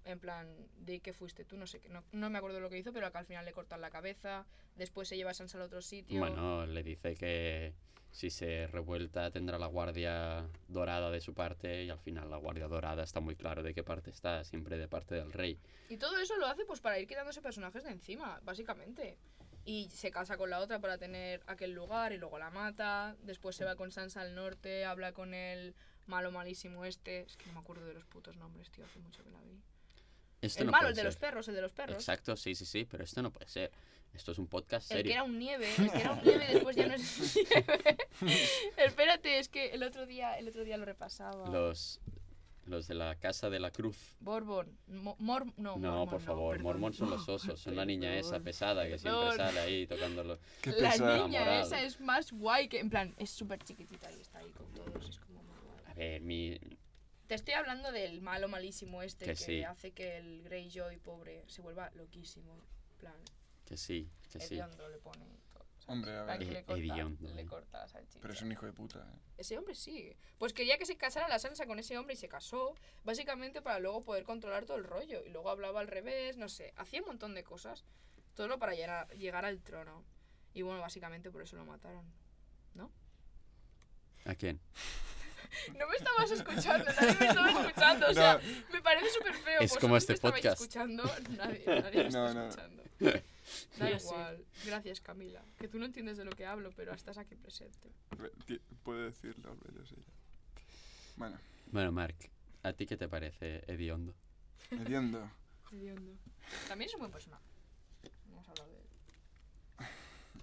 Speaker 2: en plan de que fuiste tú, no sé, qué, no, no me acuerdo lo que hizo, pero que al final le cortan la cabeza, después se lleva a Sansa al otro sitio.
Speaker 3: Bueno, le dice que si se revuelta tendrá la guardia dorada de su parte y al final la guardia dorada está muy claro de qué parte está, siempre de parte del rey.
Speaker 2: Y todo eso lo hace pues para ir quitándose personajes de encima, básicamente. Y se casa con la otra para tener aquel lugar y luego la mata. Después se va con Sansa al norte, habla con el malo malísimo este. Es que no me acuerdo de los putos nombres, tío, hace mucho que la vi.
Speaker 3: Esto
Speaker 2: el
Speaker 3: Este no
Speaker 2: malo,
Speaker 3: puede
Speaker 2: el de los
Speaker 3: ser.
Speaker 2: perros, el de los perros.
Speaker 3: Exacto, sí, sí, sí, pero esto no puede ser. Esto es un podcast
Speaker 2: El que
Speaker 3: serio.
Speaker 2: era un nieve, el que era un nieve después ya no es nieve. Espérate, es que el otro día, el otro día lo repasaba.
Speaker 3: Los, los de la Casa de la Cruz.
Speaker 2: Borbon, Mo- Mor no,
Speaker 3: No,
Speaker 2: Mormon,
Speaker 3: por favor,
Speaker 2: perdón.
Speaker 3: Mormon son los osos, son la niña esa
Speaker 2: Perdón.
Speaker 3: pesada que siempre
Speaker 2: Perdón.
Speaker 3: sale ahí tocándolo.
Speaker 6: Qué
Speaker 2: la
Speaker 6: pesada.
Speaker 2: niña
Speaker 3: moral.
Speaker 2: esa es más guay que en plan es súper chiquitita y está ahí con todos es como muy guay.
Speaker 3: A ver, mi,
Speaker 2: te estoy hablando del malo malísimo este
Speaker 3: Que
Speaker 2: que,
Speaker 3: sí.
Speaker 2: hace que el Greyjoy pobre se vuelva loquísimo en plan
Speaker 3: que sí, que sí.
Speaker 2: hediondo le pone y todo ¿sabes?
Speaker 6: Hombre, a
Speaker 2: En plan,
Speaker 6: ver.
Speaker 2: que
Speaker 3: Eh,
Speaker 2: le corta,
Speaker 3: hediondo,
Speaker 2: le
Speaker 3: eh.
Speaker 2: corta la salchicha.
Speaker 6: Pero es un hijo de puta, ¿eh?
Speaker 2: ese hombre sí pues quería que se casara la Sansa con ese hombre y se casó básicamente para luego poder controlar todo el rollo y luego hablaba al revés no sé hacía un montón de cosas todo para llegar, llegar al trono y bueno básicamente por eso lo mataron
Speaker 3: ¿A quién?
Speaker 2: No me estabas escuchando, nadie me estaba escuchando. O sea, me parece súper feo.
Speaker 3: Es
Speaker 2: vosotros
Speaker 3: como este
Speaker 2: me estabais
Speaker 3: podcast.
Speaker 2: escuchando, nadie, nadie me está
Speaker 6: No, no.
Speaker 2: escuchando. Da
Speaker 4: Yo sí.
Speaker 2: igual. Gracias, Camila. Que tú no entiendes de lo que hablo, pero estás aquí presente.
Speaker 6: Re- ti- Puede decirlo, pero sí. Bueno,
Speaker 3: Bueno, Marc, ¿a ti qué te parece hediondo?
Speaker 6: entiendo.
Speaker 2: Hediondo. También es un buen personaje. No Hemos hablado de él.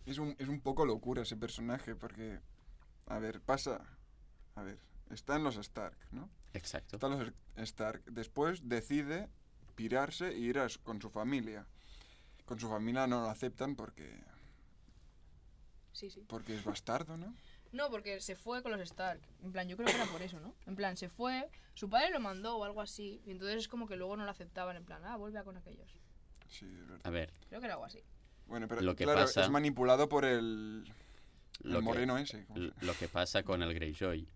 Speaker 6: Es un, es un poco locura ese personaje porque, a ver, pasa, a ver, están los Stark, ¿no?
Speaker 3: Exacto.
Speaker 6: Están los Stark. Después decide pirarse e ir a su- con su familia. Con su familia no lo aceptan porque,
Speaker 2: Sí, sí.
Speaker 6: porque es bastardo, ¿no?
Speaker 2: No, porque se fue con los Stark. En plan, yo creo que era por eso, ¿no? En plan, se fue, su padre lo mandó o algo así. Y entonces es como que luego no lo aceptaban. En plan, ah, vuelve a con aquellos.
Speaker 6: Sí, es verdad.
Speaker 3: A ver,
Speaker 2: Creo que era algo así.
Speaker 6: Bueno, pero
Speaker 3: Lo que
Speaker 6: claro,
Speaker 3: pasa-
Speaker 6: es manipulado por el, el
Speaker 3: lo que,
Speaker 6: moreno ese. ¿cómo se-
Speaker 3: lo que pasa con el Greyjoy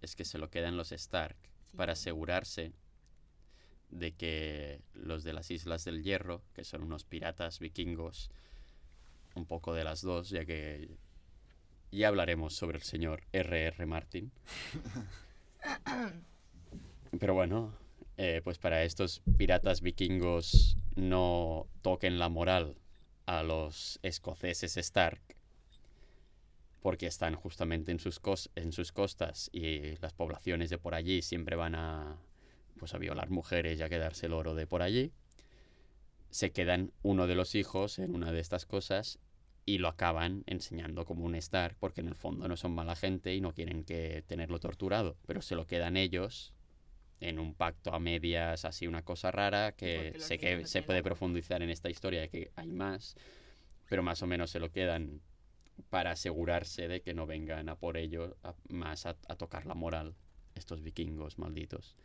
Speaker 3: es que se lo quedan los Stark para asegurarse de que los de las Islas del Hierro, que son unos piratas vikingos, un poco de las dos, ya que ya hablaremos sobre el señor R.R. Martin. Pero bueno, eh, pues para estos piratas vikingos no toquen la moral a los escoceses Stark, porque están justamente en sus, cos- en sus costas y las poblaciones de por allí siempre van a, pues a violar mujeres y a quedarse el oro de por allí. Se quedan uno de los hijos en una de estas cosas y lo acaban enseñando como un Stark, porque en el fondo no son mala gente y no quieren que tenerlo torturado, pero se lo quedan ellos en un pacto a medias, así una cosa rara, que
Speaker 2: Porque los
Speaker 3: sé
Speaker 2: niños
Speaker 3: que
Speaker 2: no
Speaker 3: se
Speaker 2: tienen
Speaker 3: puede
Speaker 2: agua.
Speaker 3: profundizar en esta historia de que hay más, pero más o menos se lo quedan para asegurarse de que no vengan a por ello a- más a, a tocar la moral estos vikingos malditos,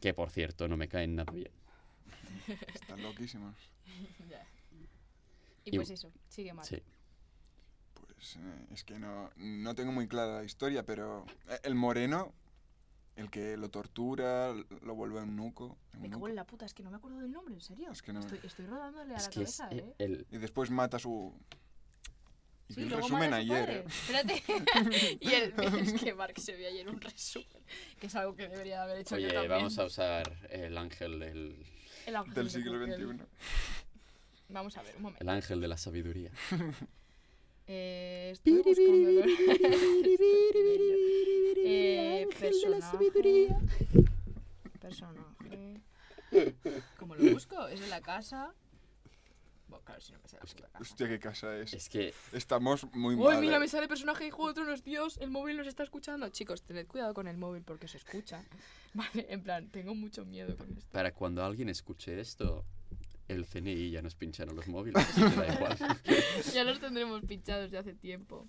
Speaker 3: que por cierto no me caen nada bien.
Speaker 6: Están loquísimos.
Speaker 2: Ya. Y
Speaker 3: Y-
Speaker 2: pues eso, sigue mal.
Speaker 3: Sí.
Speaker 6: Pues eh, es que no, no tengo muy clara la historia, pero eh, el moreno, el que lo tortura, lo vuelve un nuco.
Speaker 2: Me cago en la puta, es que no me acuerdo del nombre, en serio.
Speaker 6: Es que no-
Speaker 2: estoy, estoy rodándole a
Speaker 3: Es
Speaker 2: la
Speaker 3: que es
Speaker 2: cabeza,
Speaker 3: el-
Speaker 2: ¿eh?
Speaker 3: el,
Speaker 6: Y después mata a su... Y vi un
Speaker 2: luego
Speaker 6: resumen
Speaker 2: mata a su
Speaker 6: ayer.
Speaker 2: padre.
Speaker 6: ¿eh?
Speaker 2: Espérate. y el, es que Mark se vio ayer un resumen, que es algo que debería haber hecho yo
Speaker 3: Oye,
Speaker 2: también.
Speaker 3: vamos a usar el ángel del,
Speaker 2: El ángel
Speaker 6: Del
Speaker 2: de
Speaker 6: siglo
Speaker 2: Google.
Speaker 6: XXI.
Speaker 2: Vamos a ver, un momento.
Speaker 3: el ángel de la sabiduría.
Speaker 2: Eh, estoy buscándolo. Eh, personaje. Personaje. ¿Cómo lo busco? ¿Es en la casa? Bueno, claro, si no me sale la puta casa.
Speaker 6: Hostia, qué casa es.
Speaker 3: Es que
Speaker 6: Estamos muy
Speaker 2: Uy,
Speaker 6: mal.
Speaker 2: mira,
Speaker 6: eh.
Speaker 2: me sale personaje de Juego de Tronos, Dios, el móvil nos está escuchando. Chicos, tened cuidado con el móvil porque se escucha. Vale, en plan, tengo mucho miedo con esto.
Speaker 3: para cuando alguien escuche esto, el CNI ya nos pincharon los móviles, así que da igual.
Speaker 2: ya los tendremos pinchados de hace tiempo.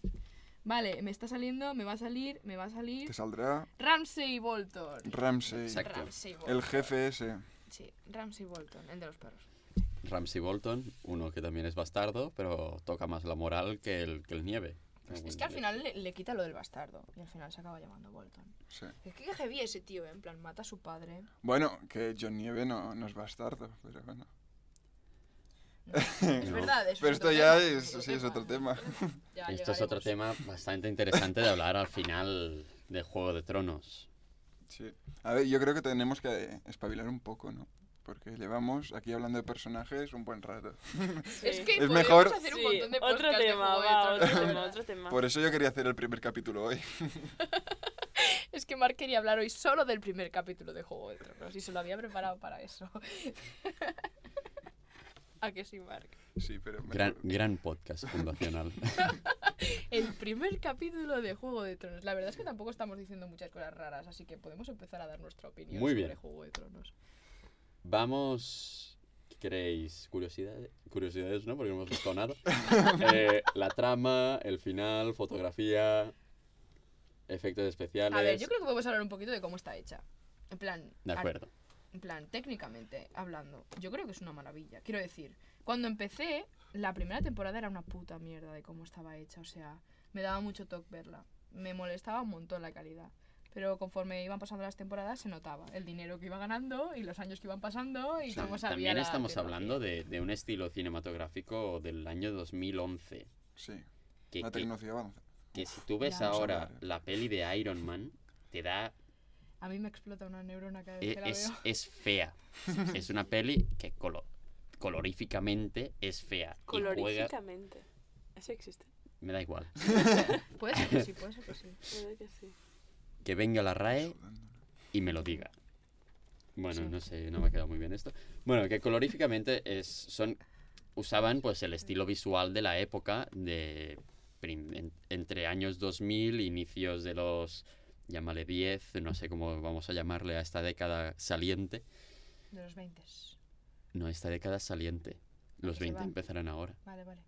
Speaker 2: Vale, me está saliendo, me va a salir, me va a salir.
Speaker 6: Te saldrá
Speaker 2: Ramsey Bolton.
Speaker 6: Ramsey,
Speaker 3: Exacto.
Speaker 2: Ramsey Bolton.
Speaker 6: el jefe ese.
Speaker 2: Sí, Ramsey Bolton, el de los perros.
Speaker 3: Ramsey Bolton, uno que también es bastardo, pero toca más la moral que el, que el nieve.
Speaker 6: Ah,
Speaker 2: Es que al final le, le quita lo del bastardo y al final se acaba llamando Bolton.
Speaker 6: sí.
Speaker 2: Es que qué heavy ese tío, ¿eh? en plan, mata a su padre.
Speaker 6: Bueno, que John Nieve no, no es bastardo, pero bueno.
Speaker 2: Es
Speaker 3: No.
Speaker 2: verdad, eso
Speaker 6: Pero
Speaker 2: es otro
Speaker 6: esto ya
Speaker 2: tema,
Speaker 6: es- sí, es otro
Speaker 2: Ya
Speaker 3: Esto es otro
Speaker 2: llegaremos.
Speaker 3: tema bastante interesante de hablar al final de Juego de Tronos.
Speaker 6: Sí. A ver, yo creo que tenemos que eh, espabilar un poco, ¿no? Porque llevamos aquí hablando de personajes un buen rato.
Speaker 2: Es
Speaker 4: Sí.
Speaker 2: que
Speaker 6: Es
Speaker 2: podríamos
Speaker 6: mejor-
Speaker 2: hacer un
Speaker 4: Sí,
Speaker 2: montón de
Speaker 4: otro
Speaker 2: podcasts de
Speaker 4: tema,
Speaker 2: Juego de
Speaker 4: va,
Speaker 2: Tronos,
Speaker 4: otro
Speaker 2: de
Speaker 4: tema,
Speaker 2: verdad.
Speaker 4: otro tema.
Speaker 6: Por eso yo quería hacer el primer capítulo hoy.
Speaker 2: Es que Mark quería hablar hoy solo del primer capítulo de Juego de Tronos y se lo había preparado para eso. ¿A que sí, Mark?
Speaker 6: Sí, pero mejor-
Speaker 3: Gran, gran podcast fundacional.
Speaker 2: El primer capítulo de Juego de Tronos. La verdad es que tampoco estamos diciendo muchas cosas raras, así que podemos empezar a dar nuestra opinión
Speaker 3: Muy
Speaker 2: sobre
Speaker 3: bien.
Speaker 2: Juego de Tronos.
Speaker 3: Vamos, ¿qué ¿queréis curiosidades? Curiosidades, ¿no? Porque no hemos buscado nada. Eh, la trama, el final, fotografía, efectos especiales.
Speaker 2: A ver, yo creo que podemos hablar un poquito de cómo está hecha. En plan,
Speaker 3: De
Speaker 2: ar-
Speaker 3: acuerdo.
Speaker 2: en plan, técnicamente hablando, yo creo que es una maravilla. Quiero decir, cuando empecé, la primera temporada era una puta mierda de cómo estaba hecha. O sea, me daba mucho toque verla. Me molestaba un montón la calidad. Pero conforme iban pasando las temporadas se notaba el dinero que iba ganando y los años que iban pasando y
Speaker 6: Sí,
Speaker 2: cómo se había
Speaker 3: También
Speaker 2: la
Speaker 3: estamos
Speaker 2: tecnología.
Speaker 3: hablando de, de un estilo cinematográfico del año 2011.
Speaker 6: Sí,
Speaker 3: Que,
Speaker 6: la
Speaker 3: que-
Speaker 6: tecnología avanza.
Speaker 3: que si tú ves
Speaker 2: Ya. Vamos
Speaker 6: a
Speaker 3: ahora
Speaker 6: hablar, eh.
Speaker 3: la peli de Iron Man, te da...
Speaker 2: A mí me explota una neurona cada vez
Speaker 3: e-
Speaker 2: que la
Speaker 3: Es,
Speaker 2: veo.
Speaker 3: es fea. es una peli que colo- coloríficamente es fea. y juega-
Speaker 4: Coloríficamente. Eso existe.
Speaker 3: Me da igual.
Speaker 2: Puede ser que sí, puede ser que sí.
Speaker 4: Verdad que sí.
Speaker 3: Que venga la RAE
Speaker 6: Sudando, ¿no?
Speaker 3: y me lo diga. Bueno,
Speaker 2: Sí.
Speaker 3: no sé, no me ha quedado muy bien esto. Bueno, que coloríficamente es, son, usaban pues el estilo visual de la época de prim- en- entre años 2000, inicios de los, llámale 10, no sé cómo vamos a llamarle a esta década saliente.
Speaker 2: De los 20.
Speaker 3: No, esta década saliente. Los
Speaker 2: Que se
Speaker 3: 20
Speaker 2: va.
Speaker 3: empezarán ahora,
Speaker 2: Vale, vale.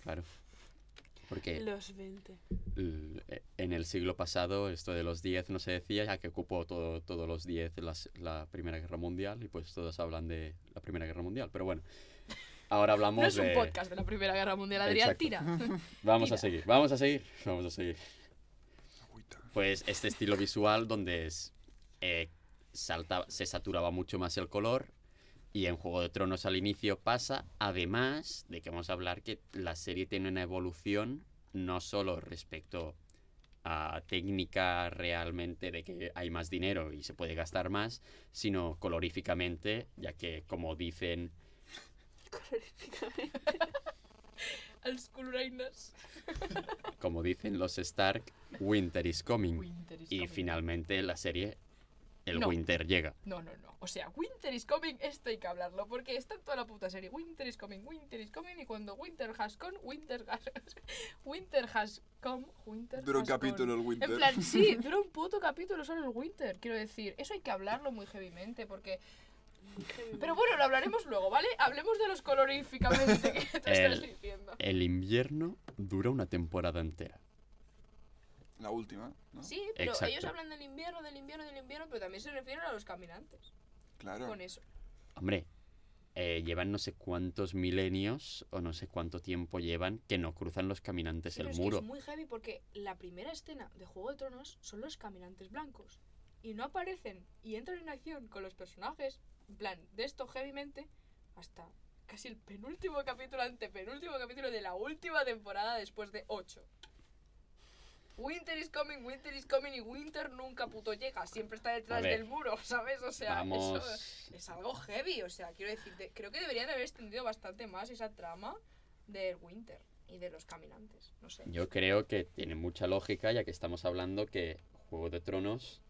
Speaker 3: claro. Porque
Speaker 4: Los 20.
Speaker 3: l- eh, en el siglo pasado esto de los 10 no se decía, ya que ocupó todo, todos los 10 las- la Primera Guerra Mundial y pues todos hablan de la Primera Guerra Mundial. Pero bueno, ahora hablamos
Speaker 2: No es un
Speaker 3: de...
Speaker 2: podcast de la Primera Guerra Mundial, Adrián,
Speaker 3: Exacto.
Speaker 2: tira.
Speaker 3: Vamos a
Speaker 2: Tira.
Speaker 3: seguir, vamos a seguir, vamos a seguir.
Speaker 6: Agüita.
Speaker 3: pues este estilo visual donde es, eh, salta- se saturaba mucho más el color y en Juego de Tronos al inicio pasa, además de que vamos a hablar que la serie tiene una evolución no solo respecto a técnica realmente de que hay más dinero y se puede gastar más, sino coloríficamente, ya que como dicen,
Speaker 2: Els coloraines.
Speaker 3: como dicen los Stark, winter is coming.
Speaker 2: Winter is
Speaker 3: Y
Speaker 2: coming.
Speaker 3: finalmente la serie, el
Speaker 2: No.
Speaker 3: winter llega.
Speaker 2: No, no, no. O sea, Winter is coming, esto hay que hablarlo, porque está en toda la puta serie. Winter is coming, Winter is coming, y cuando Winter has come, Winter has... winter has come, Winter
Speaker 6: Dura un
Speaker 2: has
Speaker 6: capítulo el
Speaker 2: gone.
Speaker 6: Winter.
Speaker 2: En plan, sí, dura un puto capítulo solo el Winter, quiero decir. Eso hay que hablarlo muy heavymente, porque... Pero bueno, lo hablaremos luego, ¿vale? Hablemos de los coloríficamente que te estás
Speaker 3: El-
Speaker 2: diciendo.
Speaker 3: El invierno dura una temporada entera.
Speaker 6: La última, ¿no?
Speaker 2: Sí, pero
Speaker 3: Exacto.
Speaker 2: ellos hablan del invierno, del invierno, del invierno, pero también se refieren a los caminantes.
Speaker 6: Claro.
Speaker 2: Con eso.
Speaker 3: Hombre, eh, llevan no sé cuántos milenios o no sé cuánto tiempo llevan que no cruzan los caminantes
Speaker 2: Pero
Speaker 3: el
Speaker 2: es que
Speaker 3: muro.
Speaker 2: es muy heavy porque la primera escena de Juego de Tronos son los caminantes blancos. Y no aparecen y entran en acción con los personajes, en plan, de esto heavymente, hasta casi el penúltimo capítulo, antepenúltimo capítulo de la última temporada después de 8. Winter is coming, winter is coming y winter nunca puto llega, siempre está detrás
Speaker 3: ver.
Speaker 2: del muro, ¿sabes? O sea, eso-
Speaker 3: Vamos.
Speaker 2: es algo heavy, o sea, quiero decirte, creo que deberían haber extendido bastante más esa trama del Winter y de los caminantes, no sé.
Speaker 3: Yo creo que tiene mucha lógica, ya que estamos hablando que Juego de Tronos,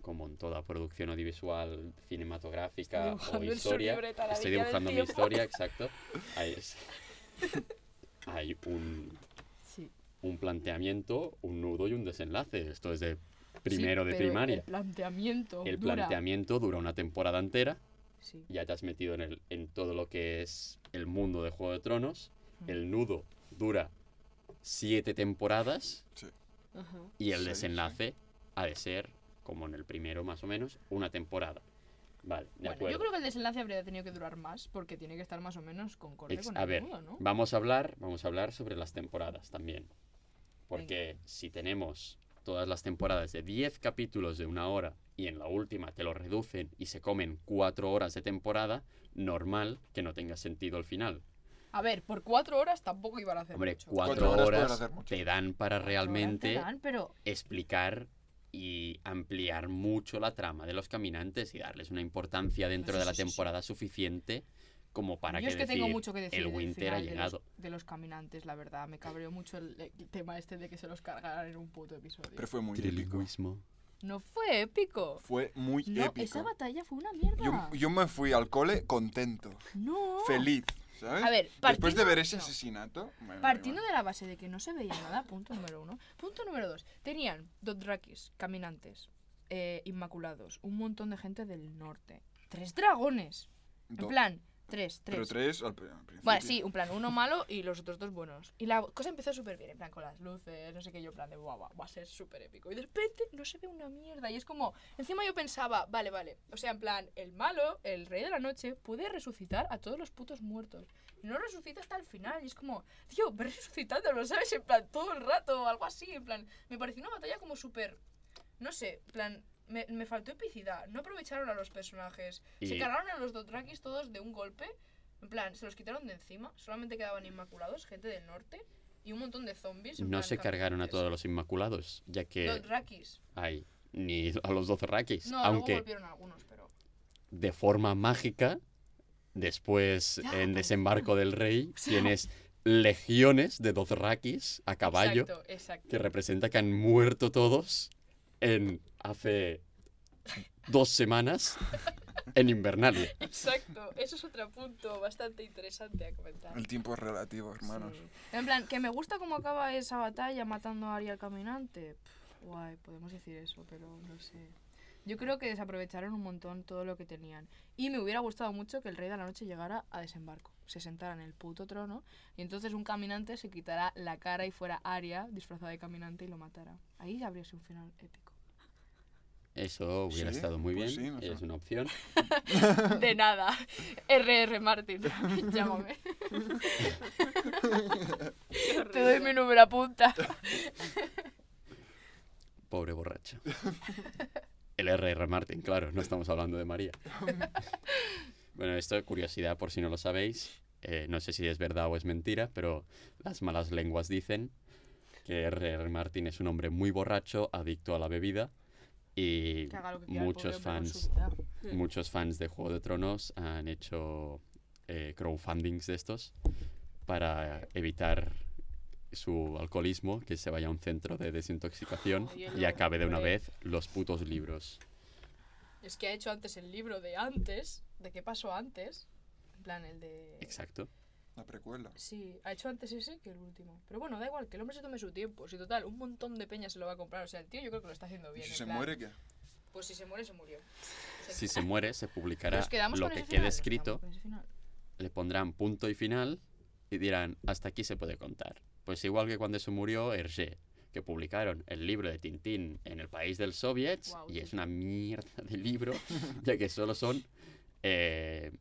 Speaker 3: como en toda producción audiovisual, cinematográfica o
Speaker 2: en su
Speaker 3: historia,
Speaker 2: libreta la
Speaker 3: estoy
Speaker 2: Villa del
Speaker 3: dibujando mi
Speaker 2: Tiempo.
Speaker 3: historia, exacto. Ahí es. Hay un,
Speaker 2: Sí.
Speaker 3: un planteamiento, un nudo y un desenlace. Esto es de primero de primaria.
Speaker 2: El planteamiento.
Speaker 3: El planteamiento dura una temporada entera. Ya te has metido en, el, en todo lo que es el mundo de Juego de Tronos.
Speaker 2: Mm.
Speaker 3: El nudo dura siete temporadas y el
Speaker 6: Sí,
Speaker 3: desenlace ha de ser, como en el primero más o menos, una temporada. Vale, de
Speaker 2: Bueno,
Speaker 3: acuerdo.
Speaker 2: yo creo que el desenlace habría tenido que durar más porque tiene que estar más o menos concorde
Speaker 3: Ex-
Speaker 2: con
Speaker 3: a
Speaker 2: el
Speaker 3: ver,
Speaker 2: nudo, ¿no?
Speaker 3: vamos a hablar, vamos a hablar sobre las temporadas también. Porque si tenemos todas las temporadas de 10 capítulos de una hora y en la última te lo reducen y se comen 4 horas de temporada, normal que no tenga sentido el final.
Speaker 2: A ver, por cuatro horas tampoco iban a hacer
Speaker 3: Hombre,
Speaker 2: mucho.
Speaker 6: Cuatro
Speaker 3: 4
Speaker 6: horas pueden
Speaker 3: horas
Speaker 6: hacer mucho.
Speaker 3: te dan
Speaker 2: Cuatro
Speaker 3: para
Speaker 2: horas te
Speaker 3: realmente
Speaker 2: dan, pero
Speaker 3: explicar y ampliar mucho la trama de los caminantes y darles una importancia dentro
Speaker 2: Sí,
Speaker 3: de
Speaker 2: sí,
Speaker 3: la
Speaker 2: sí, sí.
Speaker 3: temporada suficiente como para
Speaker 2: yo
Speaker 3: que,
Speaker 2: es que
Speaker 3: decir,
Speaker 2: tengo mucho que decir
Speaker 3: el
Speaker 2: del
Speaker 3: winter ha
Speaker 2: final de los-
Speaker 3: llegado.
Speaker 2: De los, caminantes, la verdad. Me cabreó mucho el, el tema este de que se los cargaran en un puto episodio.
Speaker 6: Pero fue muy épico.
Speaker 3: Trilingüismo.
Speaker 2: No fue épico.
Speaker 6: Fue muy
Speaker 2: No, esa
Speaker 6: épico.
Speaker 2: batalla fue una mierda.
Speaker 6: Yo, yo me fui al cole contento,
Speaker 2: No.
Speaker 6: feliz, ¿sabes?
Speaker 2: A ver,
Speaker 6: Después de
Speaker 2: partiendo-
Speaker 6: ver ese
Speaker 2: no.
Speaker 6: asesinato... bueno,
Speaker 2: Partiendo
Speaker 6: bueno.
Speaker 2: de la base de que no se veía nada, punto número uno. Punto número dos. Tenían Dothrakis, caminantes, eh, inmaculados, un montón de gente del norte, tres dragones. En
Speaker 6: Do-
Speaker 2: plan, tres,
Speaker 6: Pero
Speaker 2: tres.
Speaker 6: tres al pri- al principio.
Speaker 2: Bueno, sí, un plan, uno malo y los otros dos buenos. Y la cosa empezó súper bien, en plan, con las luces, no sé qué, yo en plan de, guau, guau, va a ser súper épico. Y de repente no se ve una mierda. Y es como, encima yo pensaba, vale, vale. O sea, en plan, el malo, el rey de la noche, puede resucitar a todos los putos muertos. Y no resucita hasta el final. Y es como, tío, ve resucitándolo, ¿sabes? En plan, todo el rato o algo así. En plan, me pareció una batalla como súper, no sé, en plan... Me, me faltó epicidad, no aprovecharon a los personajes. Se
Speaker 3: Y-
Speaker 2: cargaron a los Dothrakis todos de un golpe en plan, se los quitaron de encima, solamente quedaban inmaculados, gente del norte y un montón de zombies. en
Speaker 3: No
Speaker 2: plan
Speaker 3: se cargaron a
Speaker 2: caminantes.
Speaker 3: todos los Inmaculados, ya que
Speaker 2: Dothrakis.
Speaker 3: hay ni a los 12 raquis,
Speaker 2: No, luego
Speaker 3: aunque
Speaker 2: volvieron algunos, pero.
Speaker 3: de forma mágica, después
Speaker 2: Ya,
Speaker 3: en
Speaker 2: por
Speaker 3: Desembarco del Rey
Speaker 2: sea-
Speaker 3: tienes legiones de 12 raquis a caballo.
Speaker 2: Exacto, exacto.
Speaker 3: que representa que han muerto todos en hace dos semanas en Invernalia.
Speaker 2: Exacto, eso es otro punto bastante interesante a comentar.
Speaker 6: El tiempo es relativo, hermanos.
Speaker 2: Sí. En plan, que me gusta cómo acaba esa batalla matando a Ari al caminante. Pff, Guay, podemos decir eso, pero no sé. Yo creo que desaprovecharon un montón todo lo que tenían. Y me hubiera gustado mucho que el rey de la noche llegara a desembarco, se sentara en el puto trono y entonces un caminante se quitara la cara y fuera Aria disfrazada de caminante y lo matara. Ahí habría sido un final épico.
Speaker 3: Eso hubiera
Speaker 6: Sí,
Speaker 3: estado muy bien,
Speaker 6: pues sí, no sé.
Speaker 3: es una opción.
Speaker 2: De nada. RR Martin, llámame. Te doy mi número, apunta.
Speaker 3: pobre borracho. El R.R. Martin, claro, no estamos hablando de María. Bueno, esto curiosidad por si no lo sabéis. eh, no sé si es verdad o es mentira, pero las malas lenguas dicen que R.R. Martin es un hombre muy borracho, adicto a la bebida y
Speaker 2: Que haga lo que quiera el
Speaker 3: muchos
Speaker 2: pobre hombre con
Speaker 3: fans
Speaker 2: su vida.
Speaker 3: muchos fans de Juego de Tronos han hecho eh, crowdfundings de estos para evitar su alcoholismo, que se vaya a un centro de desintoxicación
Speaker 2: Joder,
Speaker 3: y acabe de una
Speaker 2: hombre.
Speaker 3: vez los putos libros.
Speaker 2: Es que ha hecho antes el libro de antes, de qué pasó antes. En plan, el de.
Speaker 3: Exacto.
Speaker 6: La precuela.
Speaker 2: Sí, ha hecho antes ese que el último. Pero bueno, da igual, que el hombre se tome su tiempo. Si total, un montón de peña se lo va a comprar. O sea, el tío yo creo que lo está haciendo
Speaker 6: ¿Y
Speaker 2: bien.
Speaker 6: si
Speaker 2: en
Speaker 6: se
Speaker 2: plan,
Speaker 6: muere qué?
Speaker 2: Pues si se muere, se murió. O sea,
Speaker 3: Si se muere, se publicará
Speaker 2: ¿nos quedamos
Speaker 3: lo
Speaker 2: con
Speaker 3: que
Speaker 2: ese
Speaker 3: quede
Speaker 2: final?
Speaker 3: escrito,
Speaker 2: Nos quedamos con ese final.
Speaker 3: le pondrán punto y final y dirán, hasta aquí se puede contar. Pues igual que cuando se murió Hergé, que publicaron el libro de Tintín en el país del Soviets,
Speaker 2: Guau,
Speaker 3: y es
Speaker 2: Tintín.
Speaker 3: una mierda de libro, ya que solo son eh,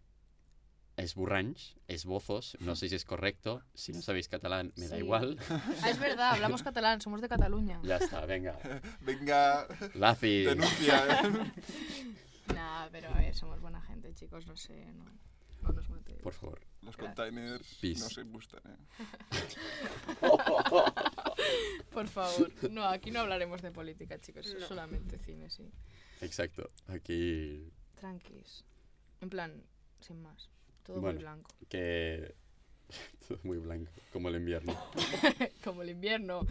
Speaker 3: esborranys, esbozos, no sé si es correcto, si no sabéis catalán, me da
Speaker 2: Sí.
Speaker 3: igual,
Speaker 2: Ah, es verdad, hablamos catalán, somos de Cataluña.
Speaker 3: ya está, venga,
Speaker 6: Venga,
Speaker 3: Laci,
Speaker 6: denuncia.
Speaker 2: Nah, pero a ver, somos buena gente, chicos, no sé, no, no nos matéis.
Speaker 3: por favor.
Speaker 6: Los containers
Speaker 3: Pis.
Speaker 6: no se gustan, ¿eh?
Speaker 2: Por favor, no, aquí no hablaremos de política, chicos,
Speaker 4: No.
Speaker 2: solamente cine, sí.
Speaker 3: Exacto, aquí
Speaker 2: Tranquis. En plan, sin más. Todo
Speaker 3: Bueno.
Speaker 2: muy blanco.
Speaker 3: que... Todo muy blanco, como el invierno.
Speaker 2: Como el invierno,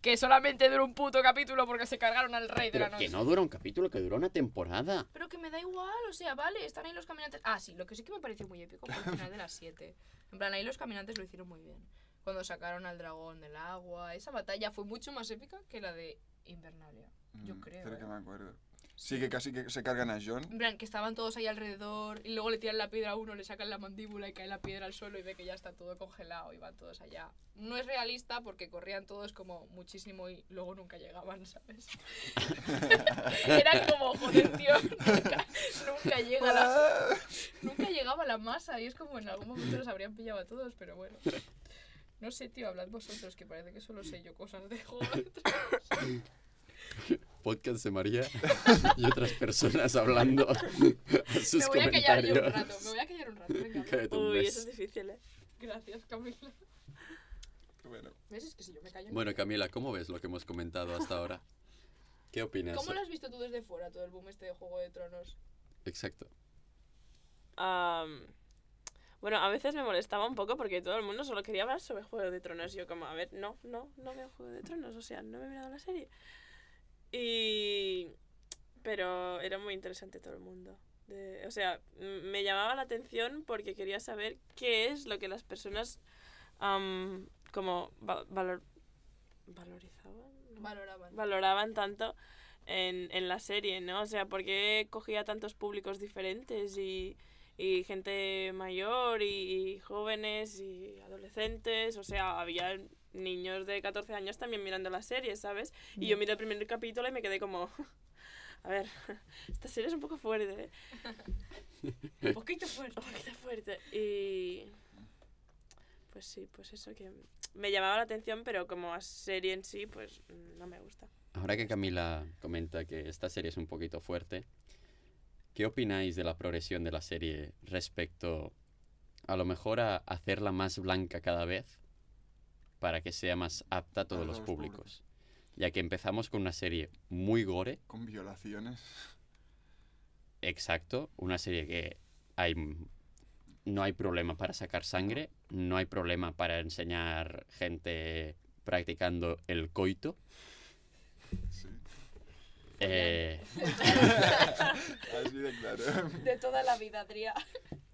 Speaker 2: que solamente dura un puto capítulo porque se cargaron al rey de la
Speaker 3: Pero
Speaker 2: noche.
Speaker 3: que no dura un capítulo, que dura una temporada.
Speaker 2: Pero que me da igual, o sea, vale, están ahí los caminantes. Ah, sí, lo que sí que me pareció muy épico fue el final de las 7. En plan, ahí los caminantes lo hicieron muy bien. Cuando sacaron al dragón del agua, esa batalla fue mucho más épica que la de Invernalia. Yo
Speaker 6: Mm,
Speaker 2: creo,
Speaker 6: Creo que
Speaker 2: ¿eh? Mm.
Speaker 6: me acuerdo. Sí, que casi que se cargan a John.
Speaker 2: En plan, que estaban todos ahí alrededor y luego le tiran la piedra a uno, le sacan la mandíbula y cae la piedra al suelo y ve que ya está todo congelado y van todos allá. No es realista porque corrían todos como muchísimo y luego nunca llegaban, ¿sabes? Era como, joder, tío, nunca, nunca llega la... Nunca llegaba la masa y es como en algún momento los habrían pillado a todos, pero bueno. No sé, tío, hablad vosotros, que parece que solo sé yo cosas de Juego de Tronos.
Speaker 3: podcast de María y otras personas hablando a sus
Speaker 2: Me voy a callar yo
Speaker 3: comentarios.
Speaker 2: un rato, me voy a callar un rato, venga. habla.
Speaker 3: Cállate un
Speaker 4: Uy,
Speaker 3: mes.
Speaker 4: eso es difícil, ¿eh?
Speaker 2: Gracias, Camila.
Speaker 6: Bueno,
Speaker 2: ¿Ves? Es que si yo me callo... no
Speaker 3: Bueno, Camila, ¿cómo ves lo que hemos comentado hasta ahora? ¿Qué opinas?
Speaker 2: ¿Cómo lo has visto tú desde fuera, todo el boom este de Juego de Tronos?
Speaker 3: Exacto.
Speaker 4: Am, bueno, a veces me molestaba un poco porque todo el mundo solo quería hablar sobre Juego de Tronos. Yo como, a ver, no, no, no veo Juego de Tronos, o sea, no me he mirado la serie. Y... Pero era muy interesante todo el mundo. De- o sea, m- me llamaba la atención porque quería saber qué es lo que las personas am, como va- valor- valorizaban. ¿no?
Speaker 2: Valoraban.
Speaker 4: valoraban tanto en, en la serie, ¿no? O sea, ¿por qué cogía tantos públicos diferentes y, y gente mayor y, y jóvenes y adolescentes? O sea, había niños de 14 años también mirando la serie, ¿sabes? Y yo miré el primer capítulo y me quedé como... A ver, esta serie es un poco fuerte, ¿eh?
Speaker 2: Un poquito fuerte.
Speaker 4: Un poquito fuerte. Y... Pues sí, pues eso que me llamaba la atención, pero como a serie en sí, pues no me gusta.
Speaker 3: Ahora que Camila comenta que esta serie es un poquito fuerte, ¿qué opináis de la progresión de la serie respecto a lo mejor a hacerla más blanca cada vez para que sea más apta a todos
Speaker 6: Para
Speaker 3: los
Speaker 6: todos los
Speaker 3: públicos? Ya que empezamos con una serie muy gore,
Speaker 6: con violaciones.
Speaker 3: Exacto, una serie que hay, no hay problema para sacar sangre, no hay problema para enseñar gente practicando el coito.
Speaker 6: Sí.
Speaker 3: Eh,
Speaker 6: Así de claro.
Speaker 2: De toda la vida, Adrián.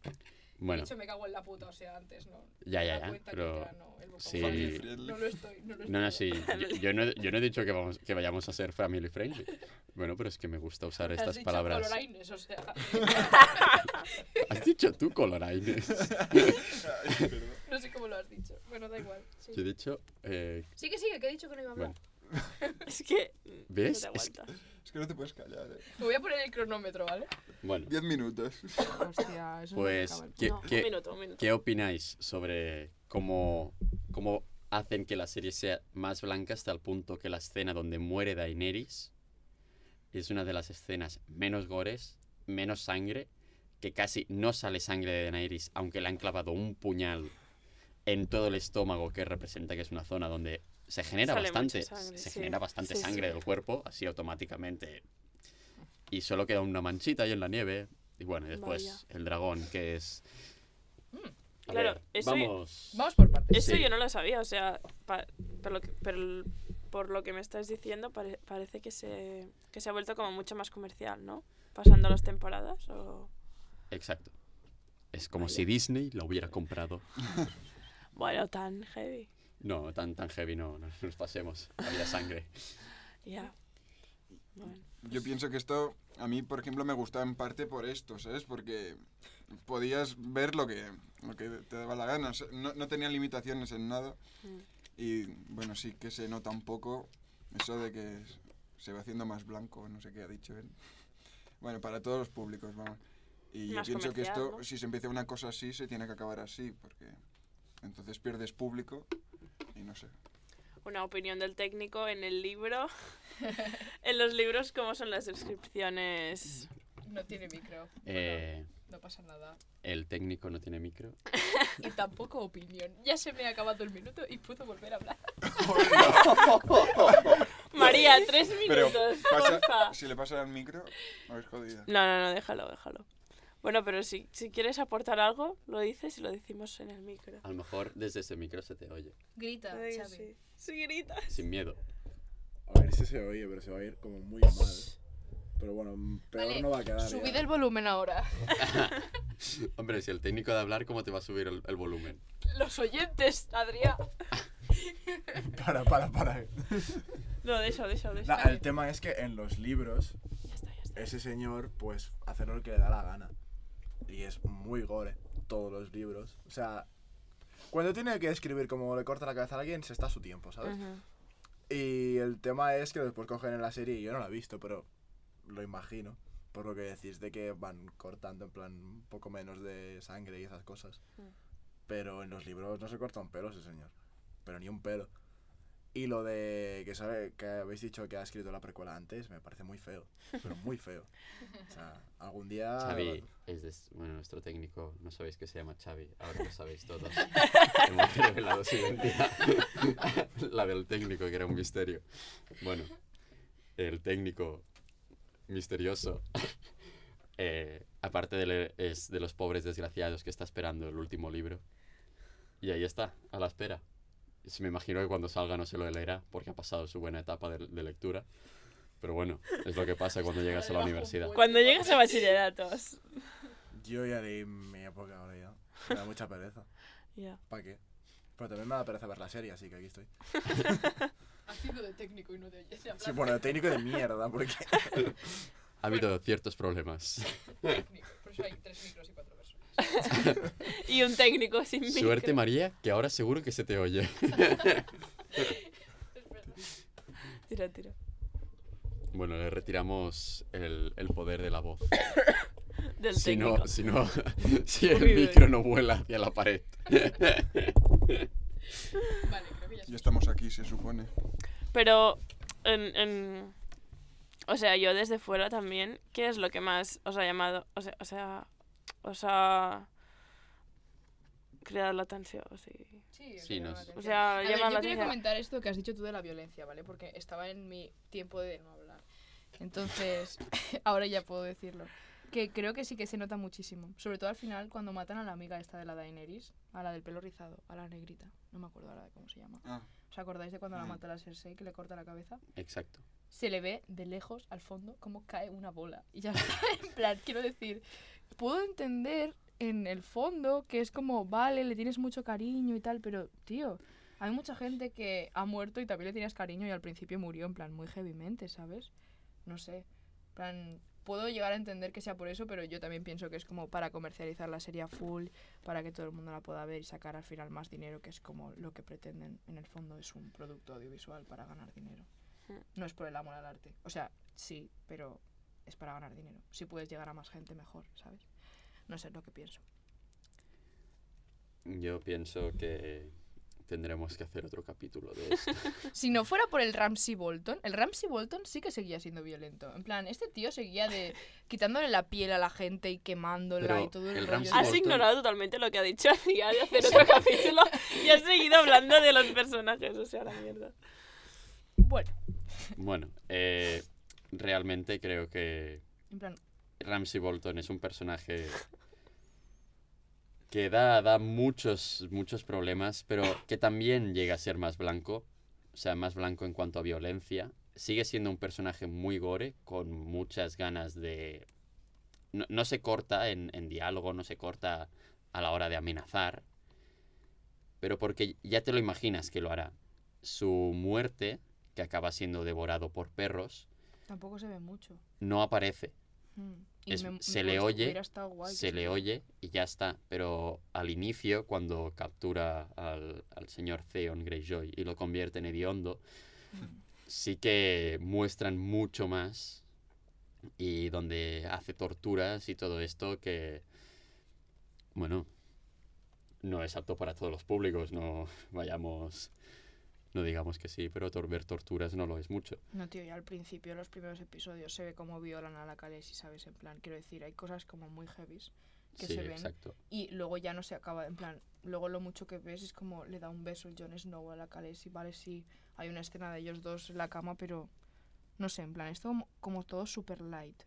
Speaker 2: De
Speaker 3: bueno,
Speaker 2: hecho, me cago en la puta, o sea, antes, ¿no?
Speaker 3: Ya,
Speaker 2: Me
Speaker 3: ya,
Speaker 2: da
Speaker 3: ya,
Speaker 2: cuenta que
Speaker 3: pero
Speaker 2: ya no, el
Speaker 3: sí.
Speaker 2: vocabulario.
Speaker 6: Family friendly.
Speaker 2: No lo estoy, no lo estoy.
Speaker 3: no, no, sí, yo, yo no, he- yo no he dicho que, vamos, que vayamos a ser family friendly. Bueno, pero es que me gusta usar
Speaker 2: Has
Speaker 3: estas
Speaker 2: dicho
Speaker 3: palabras.
Speaker 2: colorines, o sea,
Speaker 3: ¿Has dicho tú colorines?
Speaker 6: Ay, perdón.
Speaker 2: no sé cómo lo has dicho. Bueno, da igual. Sí.
Speaker 3: Yo he dicho... eh,
Speaker 2: Sigue, sigue, que he dicho que no iba a hablar.
Speaker 3: bueno,
Speaker 4: Es que. mm,
Speaker 3: ¿Ves?
Speaker 4: No te
Speaker 3: Es-
Speaker 4: aguantas.
Speaker 6: Es que no te puedes callar, ¿eh?
Speaker 2: Me voy a poner el cronómetro, ¿vale?
Speaker 3: bueno,
Speaker 6: Diez minutos.
Speaker 2: Hostia, eso
Speaker 3: pues... ¿qué-
Speaker 4: No,
Speaker 3: qué-
Speaker 4: un minuto, un minuto.
Speaker 3: ¿Qué opináis sobre cómo, cómo hacen que la serie sea más blanca hasta el punto que la escena donde muere Daenerys es una de las escenas menos gores, menos sangre, que casi no sale sangre de Daenerys, aunque le han clavado un puñal en todo el estómago, que representa que es una zona donde se genera
Speaker 4: Sale mucha
Speaker 3: bastante,
Speaker 4: sangre,
Speaker 3: se
Speaker 4: sí.
Speaker 3: genera bastante
Speaker 4: Sí, sí.
Speaker 3: sangre del cuerpo, así automáticamente. Y solo queda una manchita ahí en la nieve. Y bueno, y después
Speaker 4: Vaya.
Speaker 3: el dragón, que es... A
Speaker 4: Claro,
Speaker 3: ver,
Speaker 4: eso-
Speaker 3: vamos...
Speaker 2: Vamos por partes.
Speaker 4: Eso
Speaker 3: Sí.
Speaker 4: yo no lo sabía, o sea, pa- por, lo que, por el- por lo que me estás diciendo, pare- parece que se, que se ha vuelto como mucho más comercial, ¿no? Pasando las temporadas. O...
Speaker 3: Exacto. Es como si Disney la hubiera comprado.
Speaker 4: Bueno, tan heavy.
Speaker 3: No, tan, tan heavy no, no nos pasemos. Había sangre.
Speaker 4: Ya. Bueno.
Speaker 6: Yo pienso que esto, a mí, por ejemplo, me gustaba en parte por esto, ¿sabes? Porque podías ver lo que, lo que te daba la gana. o sea, No, no tenían limitaciones en nada.
Speaker 4: Mm.
Speaker 6: Y bueno, sí que se nota un poco eso de que s- se va haciendo más blanco, no sé qué ha dicho él. Bueno, para todos los públicos, vamos. Y yo
Speaker 4: Más
Speaker 6: pienso que
Speaker 4: comercial,
Speaker 6: esto,
Speaker 4: ¿no?
Speaker 6: si se empieza una cosa así, se tiene que acabar así, porque entonces pierdes público y no sé.
Speaker 4: Una opinión del técnico en el libro. en los libros, ¿cómo son las descripciones?
Speaker 2: No tiene micro.
Speaker 3: Eh,
Speaker 2: Bueno, no pasa nada.
Speaker 3: el técnico no tiene micro.
Speaker 2: Y tampoco opinión. Ya se me ha acabado el minuto y puedo volver a hablar.
Speaker 4: María, tres
Speaker 6: Pero
Speaker 4: minutos,
Speaker 6: pasa-
Speaker 4: porfa.
Speaker 6: si le pasa al micro, es jodida.
Speaker 4: No, no, no, déjalo, déjalo. Bueno, pero si, si quieres aportar algo, lo dices y lo decimos en el micro.
Speaker 3: A lo mejor desde ese micro se te oye.
Speaker 2: Grita,
Speaker 4: Ay,
Speaker 2: Xavi.
Speaker 4: sí. Sí, grita.
Speaker 3: Sin miedo.
Speaker 1: A ver si se oye, pero se va a ir como muy mal. Pero bueno, m- peor
Speaker 2: Vale,
Speaker 1: no va a quedar.
Speaker 2: Subid
Speaker 1: ya.
Speaker 2: el volumen ahora.
Speaker 3: Hombre, si el técnico de hablar, ¿cómo te va a subir el, el volumen?
Speaker 2: Los oyentes, Adrián.
Speaker 1: Para, para, para.
Speaker 4: No, de eso, de eso, de eso.
Speaker 1: Na, el tema es que en los libros,
Speaker 4: Ya está, ya está.
Speaker 1: ese señor, pues, hace lo que le da la gana. Y es muy gore, todos los libros. O sea, cuando tiene que escribir como le corta la cabeza a alguien, se está a su tiempo, ¿sabes?
Speaker 4: Ujú.
Speaker 1: Y el tema es que después cogen en la serie, y yo no la he visto, pero lo imagino, por lo que decís de que van cortando en plan un poco menos de sangre y esas cosas.
Speaker 4: Mm.
Speaker 1: Pero en los libros no se corta un pelo ese señor, pero ni un pelo. Y lo de que, sabe, que habéis dicho que ha escrito la precuela antes me parece muy feo, pero muy feo. O sea, algún día...
Speaker 3: Xavi es des- bueno, nuestro técnico. No sabéis que se llama Xavi. Ahora lo sabéis todos. Hemos revelado su identidad. la del técnico, que era un misterio. Bueno, el técnico misterioso. eh, aparte de leer- es de los pobres desgraciados que está esperando el último libro. Y ahí está, a la espera. Se me imagino que cuando salga no se lo leerá porque ha pasado su buena etapa de, de lectura. Pero bueno, es lo que pasa cuando llegas a la
Speaker 2: Debajo un
Speaker 3: universidad.
Speaker 2: puño.
Speaker 4: Cuando llegas a bachilleratos.
Speaker 1: Yo ya leí mi época ahora ya. Me da mucha pereza.
Speaker 4: Ya.
Speaker 1: ¿Para qué? Pero también me da pereza ver la serie, así que aquí estoy.
Speaker 2: Haciendo de técnico y no de oyente.
Speaker 1: Sí, bueno, técnico de mierda, porque...
Speaker 3: Ha habido ciertos problemas.
Speaker 2: Por eso hay tres micros y cuatro personas.
Speaker 4: Y un técnico sin micro.
Speaker 3: Suerte, María, que ahora seguro que se te oye.
Speaker 4: Tira, tira.
Speaker 3: Bueno, le retiramos el, el poder de la voz.
Speaker 4: Del
Speaker 3: Si
Speaker 4: técnico.
Speaker 3: no, si no, si el
Speaker 4: Uy, uy.
Speaker 3: micro no vuela hacia la pared.
Speaker 2: Vale, creo que ya
Speaker 6: Ya
Speaker 2: está.
Speaker 6: estamos aquí, se supone.
Speaker 4: Pero, en, en- O sea, yo desde fuera también, ¿qué es lo que más os ha llamado? O sea, o sea, os ha creado la tensión, sí.
Speaker 2: Sí,
Speaker 3: Sí,
Speaker 2: llama
Speaker 3: nos-
Speaker 2: la
Speaker 4: O
Speaker 2: atención.
Speaker 4: sea,
Speaker 2: A ver,
Speaker 4: llama
Speaker 2: yo
Speaker 4: la
Speaker 2: quería
Speaker 4: atención.
Speaker 2: comentar esto que has dicho tú de la violencia, ¿vale? Porque estaba en mi tiempo de no hablar. Entonces, ahora ya puedo decirlo. Que creo que sí que se nota muchísimo. Sobre todo al final, cuando matan a la amiga esta de la Daenerys, a la del pelo rizado, a la negrita. No me acuerdo ahora de cómo se llama.
Speaker 6: Ah,
Speaker 2: ¿Os acordáis de cuando la
Speaker 6: Mm.
Speaker 2: mata la Cersei, que le corta la cabeza?
Speaker 3: Exacto.
Speaker 2: se le ve de lejos al fondo cómo cae una bola. Y ya está, en plan, quiero decir, puedo entender en el fondo que es como, vale, le tienes mucho cariño y tal, pero tío, hay mucha gente que ha muerto y también le tienes cariño y al principio murió en plan muy heavymente, ¿sabes? No sé, en plan, puedo llegar a entender que sea por eso, pero yo también pienso que es como para comercializar la serie a full, para que todo el mundo la pueda ver y sacar al final más dinero, que es como lo que pretenden en el fondo, es un producto audiovisual para ganar dinero no es por el amor al arte. O sea, sí, pero es para ganar dinero. Si puedes llegar a más gente, mejor, ¿sabes? No sé lo que pienso.
Speaker 3: Yo pienso que Tendremos que hacer otro capítulo de esto.
Speaker 2: Si no fuera por el Ramsey Bolton, el Ramsey Bolton sí que seguía siendo violento. En plan, este tío seguía de quitándole la piel a la gente y quemándola
Speaker 3: Pero
Speaker 2: y todo el,
Speaker 3: el
Speaker 2: rollo. Ah,
Speaker 3: Ramsey
Speaker 2: de-
Speaker 4: Has
Speaker 3: Bolton.
Speaker 4: ignorado totalmente lo que ha dicho a día de hacer otro capítulo y has seguido hablando de los personajes, o sea, la mierda.
Speaker 2: Bueno,
Speaker 3: Bueno, eh, realmente creo que
Speaker 2: en plan,
Speaker 3: Ramsey Bolton es un personaje que da, da muchos, muchos problemas, pero que también llega a ser más blanco, o sea, más blanco en cuanto a violencia. Sigue siendo un personaje muy gore, con muchas ganas de... No, no se corta en, en diálogo, no se corta a la hora de amenazar, pero porque ya te lo imaginas que lo hará. Su muerte, que acaba siendo devorado por perros,
Speaker 2: tampoco se ve mucho.
Speaker 3: no aparece.
Speaker 2: Mm.
Speaker 3: Es- se le
Speaker 2: pues,
Speaker 3: oye,
Speaker 2: hubiera estado guay que
Speaker 3: se le oye y ya está. Pero al inicio, cuando captura al, al señor Theon Greyjoy y lo convierte en hediondo, sí que muestran mucho más y donde hace torturas y todo esto que, bueno, no es apto para todos los públicos, no vayamos... No digamos que sí, pero tor- ver torturas no lo es mucho.
Speaker 2: No, tío, ya al principio, en los primeros episodios, se ve cómo violan a la Khaleesi, ¿sabes? En plan, quiero decir, hay cosas como muy heavies que
Speaker 3: sí,
Speaker 2: se ven
Speaker 3: exacto.
Speaker 2: y luego ya no se acaba. En plan, luego lo mucho que ves es como le da un beso el Jon Snow a la Khaleesi, vale, sí, hay una escena de ellos dos en la cama, pero no sé, en plan, esto como, como todo super light.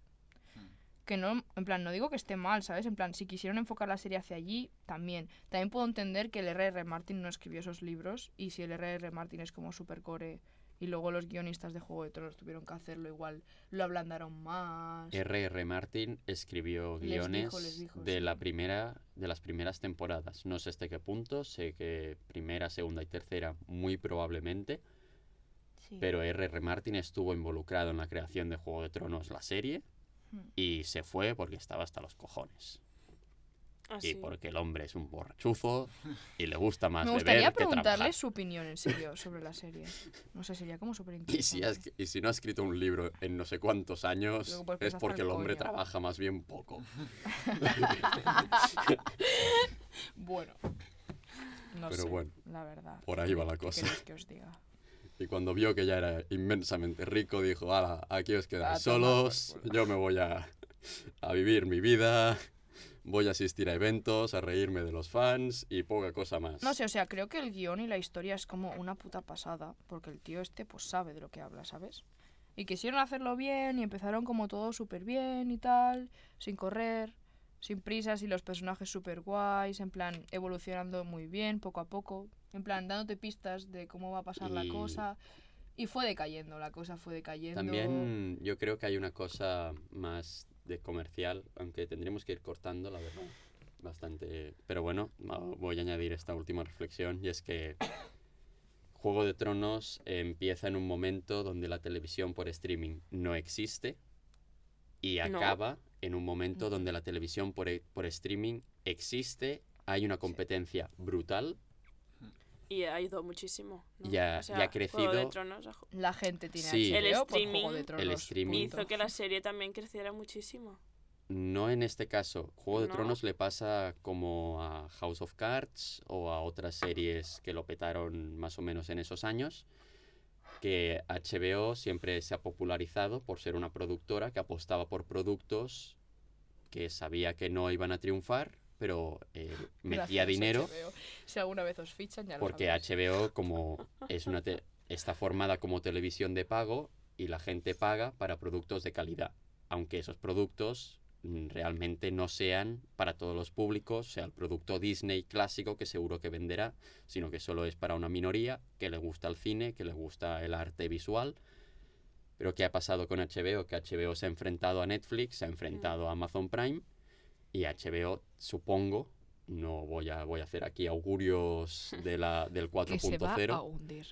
Speaker 2: Que no, en plan, no digo que esté mal, ¿sabes? En plan, si quisieron enfocar la serie hacia allí, también. También puedo entender que el R.R. Martin no escribió esos libros y si el R.R. Martin es como super core y luego los guionistas de Juego de Tronos tuvieron que hacerlo igual, lo ablandaron más.
Speaker 3: R.R. Martin escribió
Speaker 2: Les dijo,
Speaker 3: guiones
Speaker 2: les dijo,
Speaker 3: de la
Speaker 2: sí.
Speaker 3: primera de las primeras temporadas. No sé hasta qué punto, sé que primera, segunda y tercera muy probablemente,
Speaker 2: Sí.
Speaker 3: pero R.R. Martin estuvo involucrado en la creación de Juego de Tronos la serie
Speaker 2: Hmm.
Speaker 3: y se fue porque estaba hasta los cojones y
Speaker 2: Ah,
Speaker 4: Así.
Speaker 3: porque el hombre es un borrachuzo y le gusta más
Speaker 2: Me
Speaker 3: beber
Speaker 2: gustaría
Speaker 3: que trabajar.
Speaker 2: preguntarle su opinión en serio sobre la serie. No sé, sería como súper
Speaker 3: Y si, ha
Speaker 2: interesante.
Speaker 3: es- y si no ha escrito un libro en no sé cuántos años,
Speaker 2: Luego puedes
Speaker 3: es
Speaker 2: pasar
Speaker 3: porque
Speaker 2: el
Speaker 3: el hombre
Speaker 2: coño.
Speaker 3: trabaja más bien poco.
Speaker 2: Bueno, no
Speaker 3: Pero
Speaker 2: sé,
Speaker 3: bueno,
Speaker 2: la verdad.
Speaker 3: por ahí va la
Speaker 2: ¿Qué
Speaker 3: cosa.
Speaker 2: queréis que os diga?
Speaker 3: Y cuando vio que ya era inmensamente rico, dijo, ala, aquí os quedáis
Speaker 2: A tomar por
Speaker 3: solos, yo me voy a, a vivir mi vida, voy a asistir a eventos, a reírme de los fans y poca cosa más.
Speaker 2: No sé, o sea, creo que el guión y la historia es como una puta pasada, porque el tío este pues sabe de lo que habla, ¿sabes? Y quisieron hacerlo bien y empezaron como todo súper bien y tal, sin correr, sin prisas y los personajes súper guays, en plan evolucionando muy bien poco a poco, en plan dándote pistas de cómo va a pasar
Speaker 3: Y-
Speaker 2: la cosa. Y fue decayendo, la cosa fue decayendo.
Speaker 3: También yo creo que hay una cosa más de comercial, aunque tendríamos que ir cortando, la verdad, bastante. Pero bueno, ma- voy a añadir esta última reflexión y es que Juego de Tronos empieza en un momento donde la televisión por streaming no existe y
Speaker 4: No.
Speaker 3: acaba en un momento donde la televisión por, e- por streaming existe, hay una competencia brutal
Speaker 4: Y ha ayudado muchísimo. ¿no?
Speaker 3: Y ha-
Speaker 4: O sea,
Speaker 3: y ha
Speaker 4: Juego de
Speaker 3: crecido.
Speaker 4: Tronos ha ju-
Speaker 2: La gente tiene
Speaker 3: Sí.
Speaker 2: HBO
Speaker 3: El
Speaker 2: por Juego
Speaker 4: streaming-
Speaker 2: de
Speaker 4: el
Speaker 2: Tronos.
Speaker 3: streaming.
Speaker 2: punto.
Speaker 4: hizo que la serie también creciera muchísimo.
Speaker 3: No en este caso. Juego de
Speaker 4: No.
Speaker 3: Tronos le pasa como a House of Cards o a otras series que lo petaron más o menos en esos años, que HBO siempre se ha popularizado por ser una productora que apostaba por productos que sabía que no iban a triunfar, pero eh, metía
Speaker 2: Gracias,
Speaker 3: dinero
Speaker 2: HBO. Si alguna vez os fichan, ya lo
Speaker 3: porque
Speaker 2: sabéis.
Speaker 3: HBO como es una te- está formada como televisión de pago y la gente paga para productos de calidad, aunque esos productos mm, realmente no sean para todos los públicos, sea el producto Disney clásico que seguro que venderá, sino que solo es para una minoría que le gusta el cine, que le gusta el arte visual. Pero ¿qué ha pasado con HBO? Que HBO se ha enfrentado a Netflix, se
Speaker 2: Mm.
Speaker 3: ha enfrentado a Amazon Prime y HBO, supongo, no voy a, voy a hacer aquí augurios de la, del
Speaker 2: que se va a
Speaker 3: 4.0.
Speaker 2: hundir.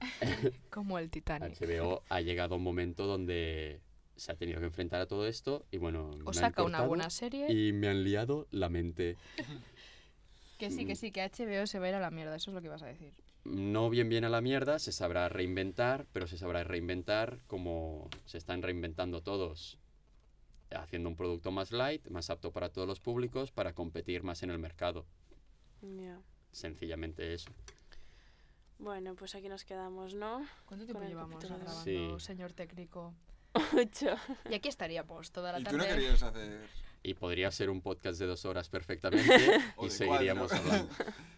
Speaker 2: Como el Titanic.
Speaker 3: HBO ha llegado a un momento donde se ha tenido que enfrentar a todo esto y bueno, me
Speaker 2: O
Speaker 3: han
Speaker 2: saca una
Speaker 3: cortado
Speaker 2: buena serie.
Speaker 3: y me han liado la mente.
Speaker 2: Que sí, que sí, que HBO se va a ir a la mierda. Eso es lo que vas a decir.
Speaker 3: no bien bien a la mierda, se sabrá reinventar, pero se sabrá reinventar como se están reinventando todos, haciendo un producto más light, más apto para todos los públicos, para competir más en el mercado.
Speaker 4: Ya.
Speaker 3: Sencillamente eso.
Speaker 4: Bueno, pues aquí nos quedamos, ¿no?
Speaker 2: ¿Cuánto tiempo
Speaker 4: el
Speaker 2: llevamos
Speaker 4: capítulo de
Speaker 2: grabando,
Speaker 3: hoy. Sí.
Speaker 2: señor técnico?
Speaker 4: Ocho.
Speaker 2: Y aquí estaríamos toda la
Speaker 6: Y tú
Speaker 2: tarde.
Speaker 6: no querías hacer...
Speaker 3: Y podría ser un podcast de dos horas perfectamente
Speaker 6: O
Speaker 3: y
Speaker 6: de
Speaker 3: seguiríamos
Speaker 6: cuatro.
Speaker 3: hablando.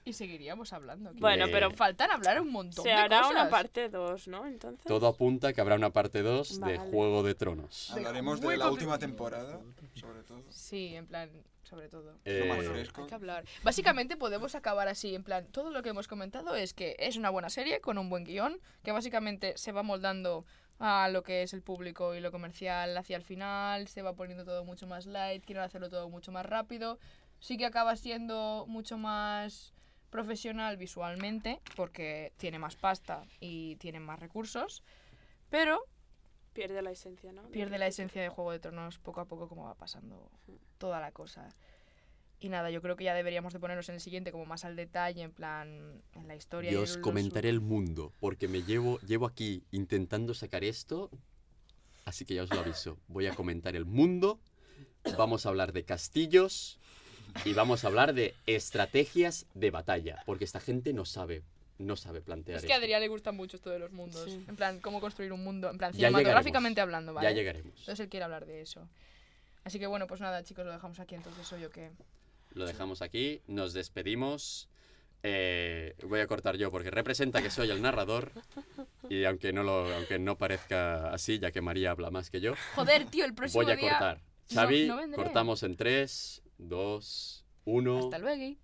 Speaker 2: Y seguiríamos hablando. aquí.
Speaker 4: Bueno,
Speaker 3: Eh,
Speaker 4: pero
Speaker 2: Faltan hablar un montón
Speaker 4: se
Speaker 2: de
Speaker 4: hará
Speaker 2: cosas.
Speaker 4: una parte dos, ¿no? Entonces.
Speaker 3: Todo apunta que habrá una parte 2 de
Speaker 4: Vale.
Speaker 3: Juego de Tronos.
Speaker 2: De
Speaker 6: Hablaremos de
Speaker 2: muy
Speaker 6: la última
Speaker 2: contenido.
Speaker 6: temporada, sobre todo.
Speaker 2: Sí, en plan, sobre todo.
Speaker 6: Lo más
Speaker 3: Eh,
Speaker 6: fresco.
Speaker 2: Hay que hablar. Básicamente podemos acabar así, en plan, todo lo que hemos comentado es que es una buena serie con un buen guión, que básicamente se va moldando a lo que es el público y lo comercial hacia el final, se va poniendo todo mucho más light, quieren hacerlo todo mucho más rápido, sí que acaba siendo mucho más profesional visualmente, porque tiene más pasta y tiene más recursos, pero
Speaker 4: Pierde la esencia, ¿no?
Speaker 2: pierde la esencia de Juego de Tronos poco a poco como va pasando toda la cosa. Y nada, yo creo que ya deberíamos de ponernos en el siguiente como más al detalle, en plan, en la historia. y
Speaker 3: Yo os
Speaker 2: en los-
Speaker 3: comentaré el mundo, porque me llevo, llevo aquí intentando sacar esto, así que ya os lo aviso. Voy a comentar el mundo, vamos a hablar de castillos y vamos a hablar de estrategias de batalla, porque esta gente no sabe, no sabe plantear
Speaker 2: Es que a
Speaker 3: esto.
Speaker 2: Adrián le gusta mucho esto de los mundos.
Speaker 4: Sí.
Speaker 2: En plan, cómo construir un mundo. En plan,
Speaker 3: Ya
Speaker 2: cinematográficamente
Speaker 3: llegaremos.
Speaker 2: hablando, ¿vale?
Speaker 3: Ya llegaremos.
Speaker 2: Entonces él quiere hablar de eso. Así que bueno, pues nada, chicos, lo dejamos aquí. Entonces soy yo que.
Speaker 3: Lo dejamos aquí, nos despedimos. Eh, voy a cortar yo porque representa que soy el narrador y aunque no, lo, aunque no parezca así, ya que María habla más que yo,
Speaker 2: Joder, tío, el próximo
Speaker 3: voy a
Speaker 2: día.
Speaker 3: cortar.
Speaker 2: no-
Speaker 3: Xavi,
Speaker 2: no vendré.
Speaker 3: cortamos en 3, 2, 1.
Speaker 2: Hasta luego.